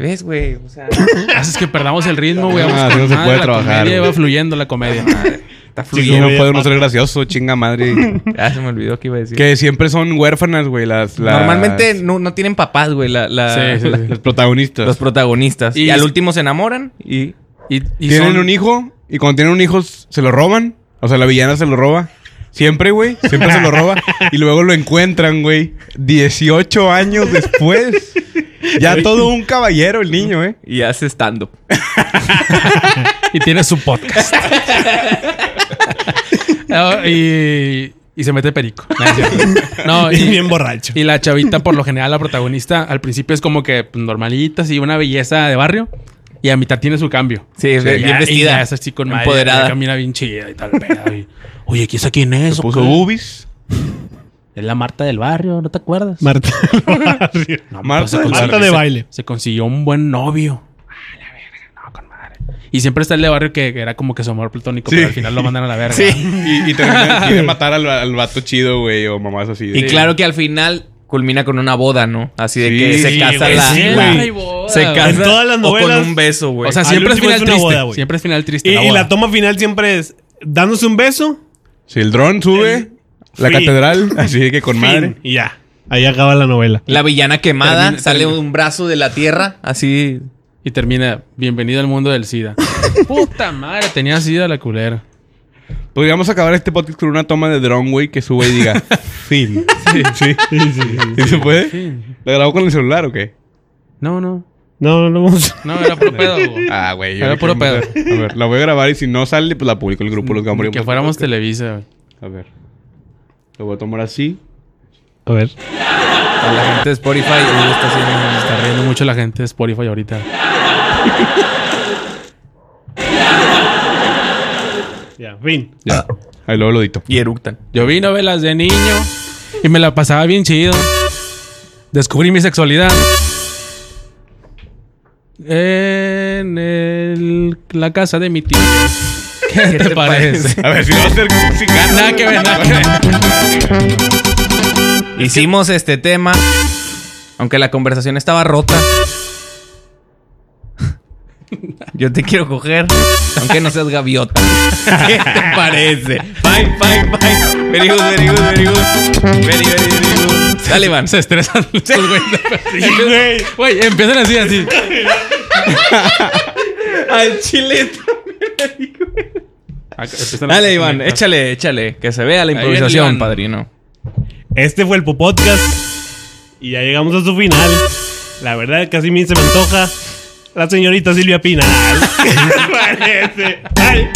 [SPEAKER 3] ¿Ves, güey? O sea,
[SPEAKER 2] Ah, Haces que perdamos el ritmo, güey.
[SPEAKER 4] Ah,
[SPEAKER 2] Vamos
[SPEAKER 4] sí, no
[SPEAKER 2] con
[SPEAKER 4] se
[SPEAKER 2] madre,
[SPEAKER 4] puede
[SPEAKER 2] la
[SPEAKER 4] trabajar,
[SPEAKER 2] Comedia,
[SPEAKER 4] güey.
[SPEAKER 2] va fluyendo la comedia.
[SPEAKER 3] está
[SPEAKER 4] Sí,
[SPEAKER 3] fluido.
[SPEAKER 4] no
[SPEAKER 1] güey,
[SPEAKER 4] puede uno
[SPEAKER 1] aparte.
[SPEAKER 4] ser gracioso, chinga madre.
[SPEAKER 3] Ah, se me olvidó que iba a decir.
[SPEAKER 4] que siempre son huérfanas, güey, las, las-
[SPEAKER 3] Normalmente no, no tienen papás, güey. La, la-
[SPEAKER 2] Sí, sí,
[SPEAKER 3] la-
[SPEAKER 2] sí.
[SPEAKER 4] las protagonistas.
[SPEAKER 3] Los protagonistas. Y,
[SPEAKER 2] Y-
[SPEAKER 3] al último se enamoran.
[SPEAKER 2] Y, y, y
[SPEAKER 4] tienen
[SPEAKER 2] son-
[SPEAKER 4] un hijo y cuando tienen un hijo s- se lo roban, o sea, la villana se lo roba. Siempre, güey, siempre se lo roba y luego lo encuentran, güey, 18 años después. Ya todo un caballero el niño, eh.
[SPEAKER 3] Y hace stand-up.
[SPEAKER 2] y tiene su podcast. No, y, y se mete perico. No, es cierto. No,
[SPEAKER 1] Y
[SPEAKER 2] y,
[SPEAKER 1] bien borracho.
[SPEAKER 2] y la chavita, por lo general, la protagonista, al principio es como que pues, normalita, así, una belleza de barrio. Y a mitad tiene su cambio.
[SPEAKER 3] Sí, es
[SPEAKER 2] Ya-
[SPEAKER 3] bien
[SPEAKER 2] Y
[SPEAKER 3] vestida.
[SPEAKER 2] ya es así con madre,
[SPEAKER 3] empoderada.
[SPEAKER 2] ya Camina bien chida y tal. pedo, y, Oye, ¿quién es quién es?
[SPEAKER 4] Se
[SPEAKER 2] o
[SPEAKER 4] puso
[SPEAKER 2] qué?
[SPEAKER 4] boobies.
[SPEAKER 2] Es la Marta del barrio, ¿no te acuerdas?
[SPEAKER 1] Marta. Barrio.
[SPEAKER 2] No, pues,
[SPEAKER 4] Marta
[SPEAKER 2] se
[SPEAKER 4] del
[SPEAKER 2] consiguió-
[SPEAKER 1] Barrio.
[SPEAKER 2] se-
[SPEAKER 1] de baile.
[SPEAKER 2] Se consiguió un buen novio. Ah, la verga, no, con madre. Y siempre está el de barrio que que era como que su amor platónico,
[SPEAKER 4] Sí.
[SPEAKER 2] pero al final lo mandan a la verga.
[SPEAKER 4] Y, y termina- quiere matar al, al vato chido, güey, o mamás así. de-
[SPEAKER 3] Y claro que al final culmina con una boda, ¿no? Así de
[SPEAKER 4] Sí,
[SPEAKER 3] que se
[SPEAKER 4] sí,
[SPEAKER 3] casa
[SPEAKER 1] güey,
[SPEAKER 3] la.
[SPEAKER 1] sí,
[SPEAKER 3] la-
[SPEAKER 1] güey.
[SPEAKER 2] Ay, boda,
[SPEAKER 3] se
[SPEAKER 2] güey.
[SPEAKER 3] casa
[SPEAKER 1] En todas las
[SPEAKER 3] o
[SPEAKER 1] novelas-
[SPEAKER 3] con un beso, güey.
[SPEAKER 2] O sea,
[SPEAKER 1] Al
[SPEAKER 2] siempre es
[SPEAKER 1] último
[SPEAKER 2] final
[SPEAKER 1] es una
[SPEAKER 2] triste.
[SPEAKER 1] boda, güey.
[SPEAKER 2] siempre es final triste.
[SPEAKER 1] Y, y
[SPEAKER 2] boda.
[SPEAKER 1] la toma final siempre es dándose un beso.
[SPEAKER 4] Si el dron sube,
[SPEAKER 1] El-
[SPEAKER 4] la
[SPEAKER 1] Fin.
[SPEAKER 4] catedral, así de que con madre.
[SPEAKER 1] fin, Y ya. Ahí acaba la novela.
[SPEAKER 3] la villana quemada
[SPEAKER 2] Termina-
[SPEAKER 3] sale
[SPEAKER 2] termina.
[SPEAKER 3] un brazo de la tierra, así.
[SPEAKER 2] Y termina, bienvenido al mundo del SIDA. Puta madre, tenía SIDA la culera.
[SPEAKER 4] Podríamos acabar este podcast con una toma de dron, güey, que sube y diga fin. Sí, sí. ¿Sí se puede? ¿La grabó con el celular o qué?
[SPEAKER 2] No, no.
[SPEAKER 1] No, no, no vamos.
[SPEAKER 2] No, era puro pedo. güey.
[SPEAKER 4] Ah, güey. yo
[SPEAKER 2] Era
[SPEAKER 4] no
[SPEAKER 2] puro
[SPEAKER 4] quiero
[SPEAKER 2] pedo. Mm,
[SPEAKER 4] meter. A ver, la voy a grabar y si no sale, pues la publico en el grupo Los Gambrinos.
[SPEAKER 2] que fuéramos Televisa, güey.
[SPEAKER 4] A ver. Lo voy a tomar así.
[SPEAKER 1] A ver.
[SPEAKER 3] A la gente de Spotify. uy, está haciendo-
[SPEAKER 2] Está riendo mucho la gente de Spotify ahorita.
[SPEAKER 1] Ya, fin.
[SPEAKER 4] Ya. Ahí luego lo edito.
[SPEAKER 3] Y eructan.
[SPEAKER 2] Yo vi novelas de niño y me la pasaba bien chido. Descubrí mi sexualidad. En el- la casa de mi tío. ¿Qué, te, parece?
[SPEAKER 4] A ver, si va a ser mexicano.
[SPEAKER 2] Nada que ver, nada que ver.
[SPEAKER 3] Hicimos este tema. Aunque la conversación estaba rota. Yo te quiero coger. Aunque no seas gaviota. ¿Qué te parece? Fine, fine, fine. Very good, very good, very good. Very, very, very good. Dale, Iván.
[SPEAKER 2] Se estresan estos güeyes. Güey, empiezan así, así.
[SPEAKER 3] Al chile.
[SPEAKER 2] Empiezan
[SPEAKER 3] Dale,
[SPEAKER 2] así.
[SPEAKER 3] Iván. Échale, échale. Que se vea la
[SPEAKER 2] viene
[SPEAKER 3] improvisación,
[SPEAKER 2] Iván.
[SPEAKER 3] padrino.
[SPEAKER 1] Este fue el Popodcast. Y ya llegamos a su final. La verdad, casi a mí se me antoja. La señorita Silvia Pinal. ¿Qué te parece? Ay.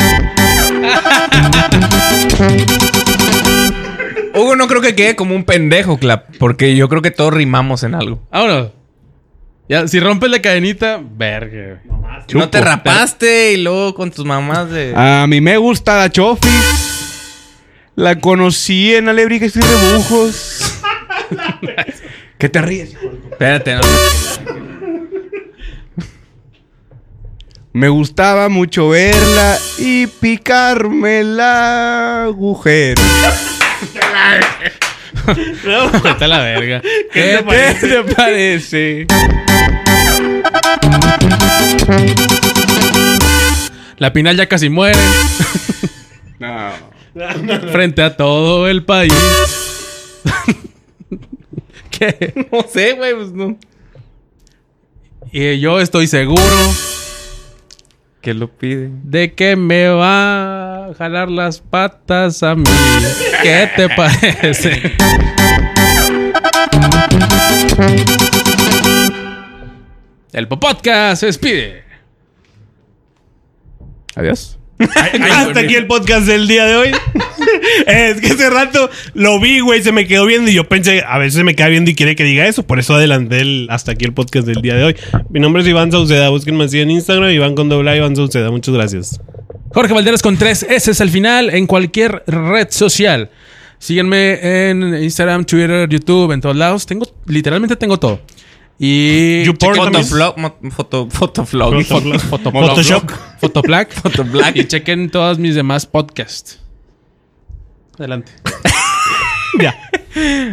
[SPEAKER 3] Hugo no creo que quede como un pendejo, Clap. Porque yo creo que todos rimamos en algo.
[SPEAKER 2] Vámonos. Ya, si rompes la cadenita, verga. güey.
[SPEAKER 3] No te rapaste y luego con tus mamás de...
[SPEAKER 4] A mí me gusta la Chofi. La conocí en Alebrijes y Rebujos. ¿Qué te ríes?
[SPEAKER 3] Espérate, no.
[SPEAKER 4] Me gustaba mucho verla y picarme el agujero.
[SPEAKER 2] Vete a la verga.
[SPEAKER 1] ¿Qué te parece?
[SPEAKER 4] te parece?
[SPEAKER 2] La Pinal ya casi muere.
[SPEAKER 4] No.
[SPEAKER 2] Frente a todo el país. ¿Qué?
[SPEAKER 3] No sé, güey. Pues no.
[SPEAKER 2] Y yo estoy seguro
[SPEAKER 3] ¿Qué lo pide?
[SPEAKER 2] de que me va a jalar las patas a mí. ¿Qué te parece? El podcast se despide.
[SPEAKER 4] Adiós.
[SPEAKER 1] Hasta aquí el podcast del día de hoy. es que ese rato lo vi, güey, se me quedó viendo y yo pensé, a veces me queda viendo y quiere que diga eso. Por eso adelanté el, hasta aquí el podcast del día de hoy. Mi nombre es Iván Sauceda. Búsquenme así en Instagram, Iván con doble A, Iván Sauceda. Muchas gracias.
[SPEAKER 2] Jorge Valderas con tres S al final en cualquier red social. Síguenme en Instagram, Twitter, YouTube, en todos lados. Tengo, literalmente tengo todo. Y
[SPEAKER 1] YouPorn también.
[SPEAKER 3] Fotoflog. mo- Foto, fotoflog.
[SPEAKER 1] Fotoflog.
[SPEAKER 2] Fotopop,
[SPEAKER 1] Photoshop.
[SPEAKER 2] Fotoplag.
[SPEAKER 3] Fotoplag.
[SPEAKER 2] Y chequen todos mis demás podcasts. Adelante.
[SPEAKER 1] ya.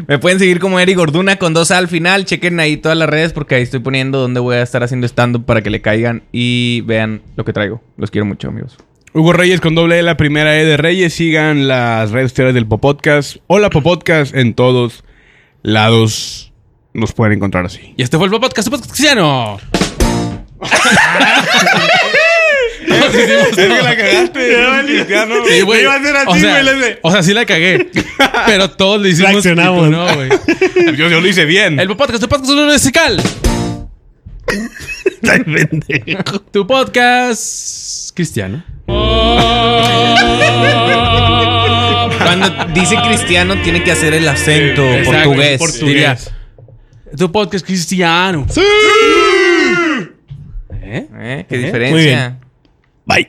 [SPEAKER 3] Me pueden seguir como Eric Gorduna con dos A al final. Chequen ahí todas las redes porque ahí estoy poniendo donde voy a estar haciendo stand-up para que le caigan y vean lo que traigo. Los quiero mucho, amigos.
[SPEAKER 4] Hugo Reyes con doble E, la primera E de Reyes. Sigan las redes sociales del Popodcast. Hola Popodcast en todos lados. Nos pueden encontrar así.
[SPEAKER 2] Y este fue el podcast, el podcast cristiano.
[SPEAKER 4] es que la cagaste.
[SPEAKER 2] Sí, güey.
[SPEAKER 1] Iba a hacer así,
[SPEAKER 2] o, sea,
[SPEAKER 1] güey, le hace.
[SPEAKER 2] o sea, sí la cagué. pero todos le hicimos. y tú
[SPEAKER 1] Reaccionamos.
[SPEAKER 2] No, güey.
[SPEAKER 4] yo, yo lo hice bien.
[SPEAKER 2] El podcast, tu podcast musical.
[SPEAKER 1] Ay, pendejo.
[SPEAKER 2] Tu podcast cristiano.
[SPEAKER 3] Cuando dice cristiano, tiene que hacer el acento
[SPEAKER 2] Exacto,
[SPEAKER 3] portugués.
[SPEAKER 1] portugués.
[SPEAKER 2] Diría, tu podcast cristiano.
[SPEAKER 3] ¿Eh? ¿Qué
[SPEAKER 2] Ajá.
[SPEAKER 3] ¿eh? diferencia?
[SPEAKER 1] Muy bien. Bye.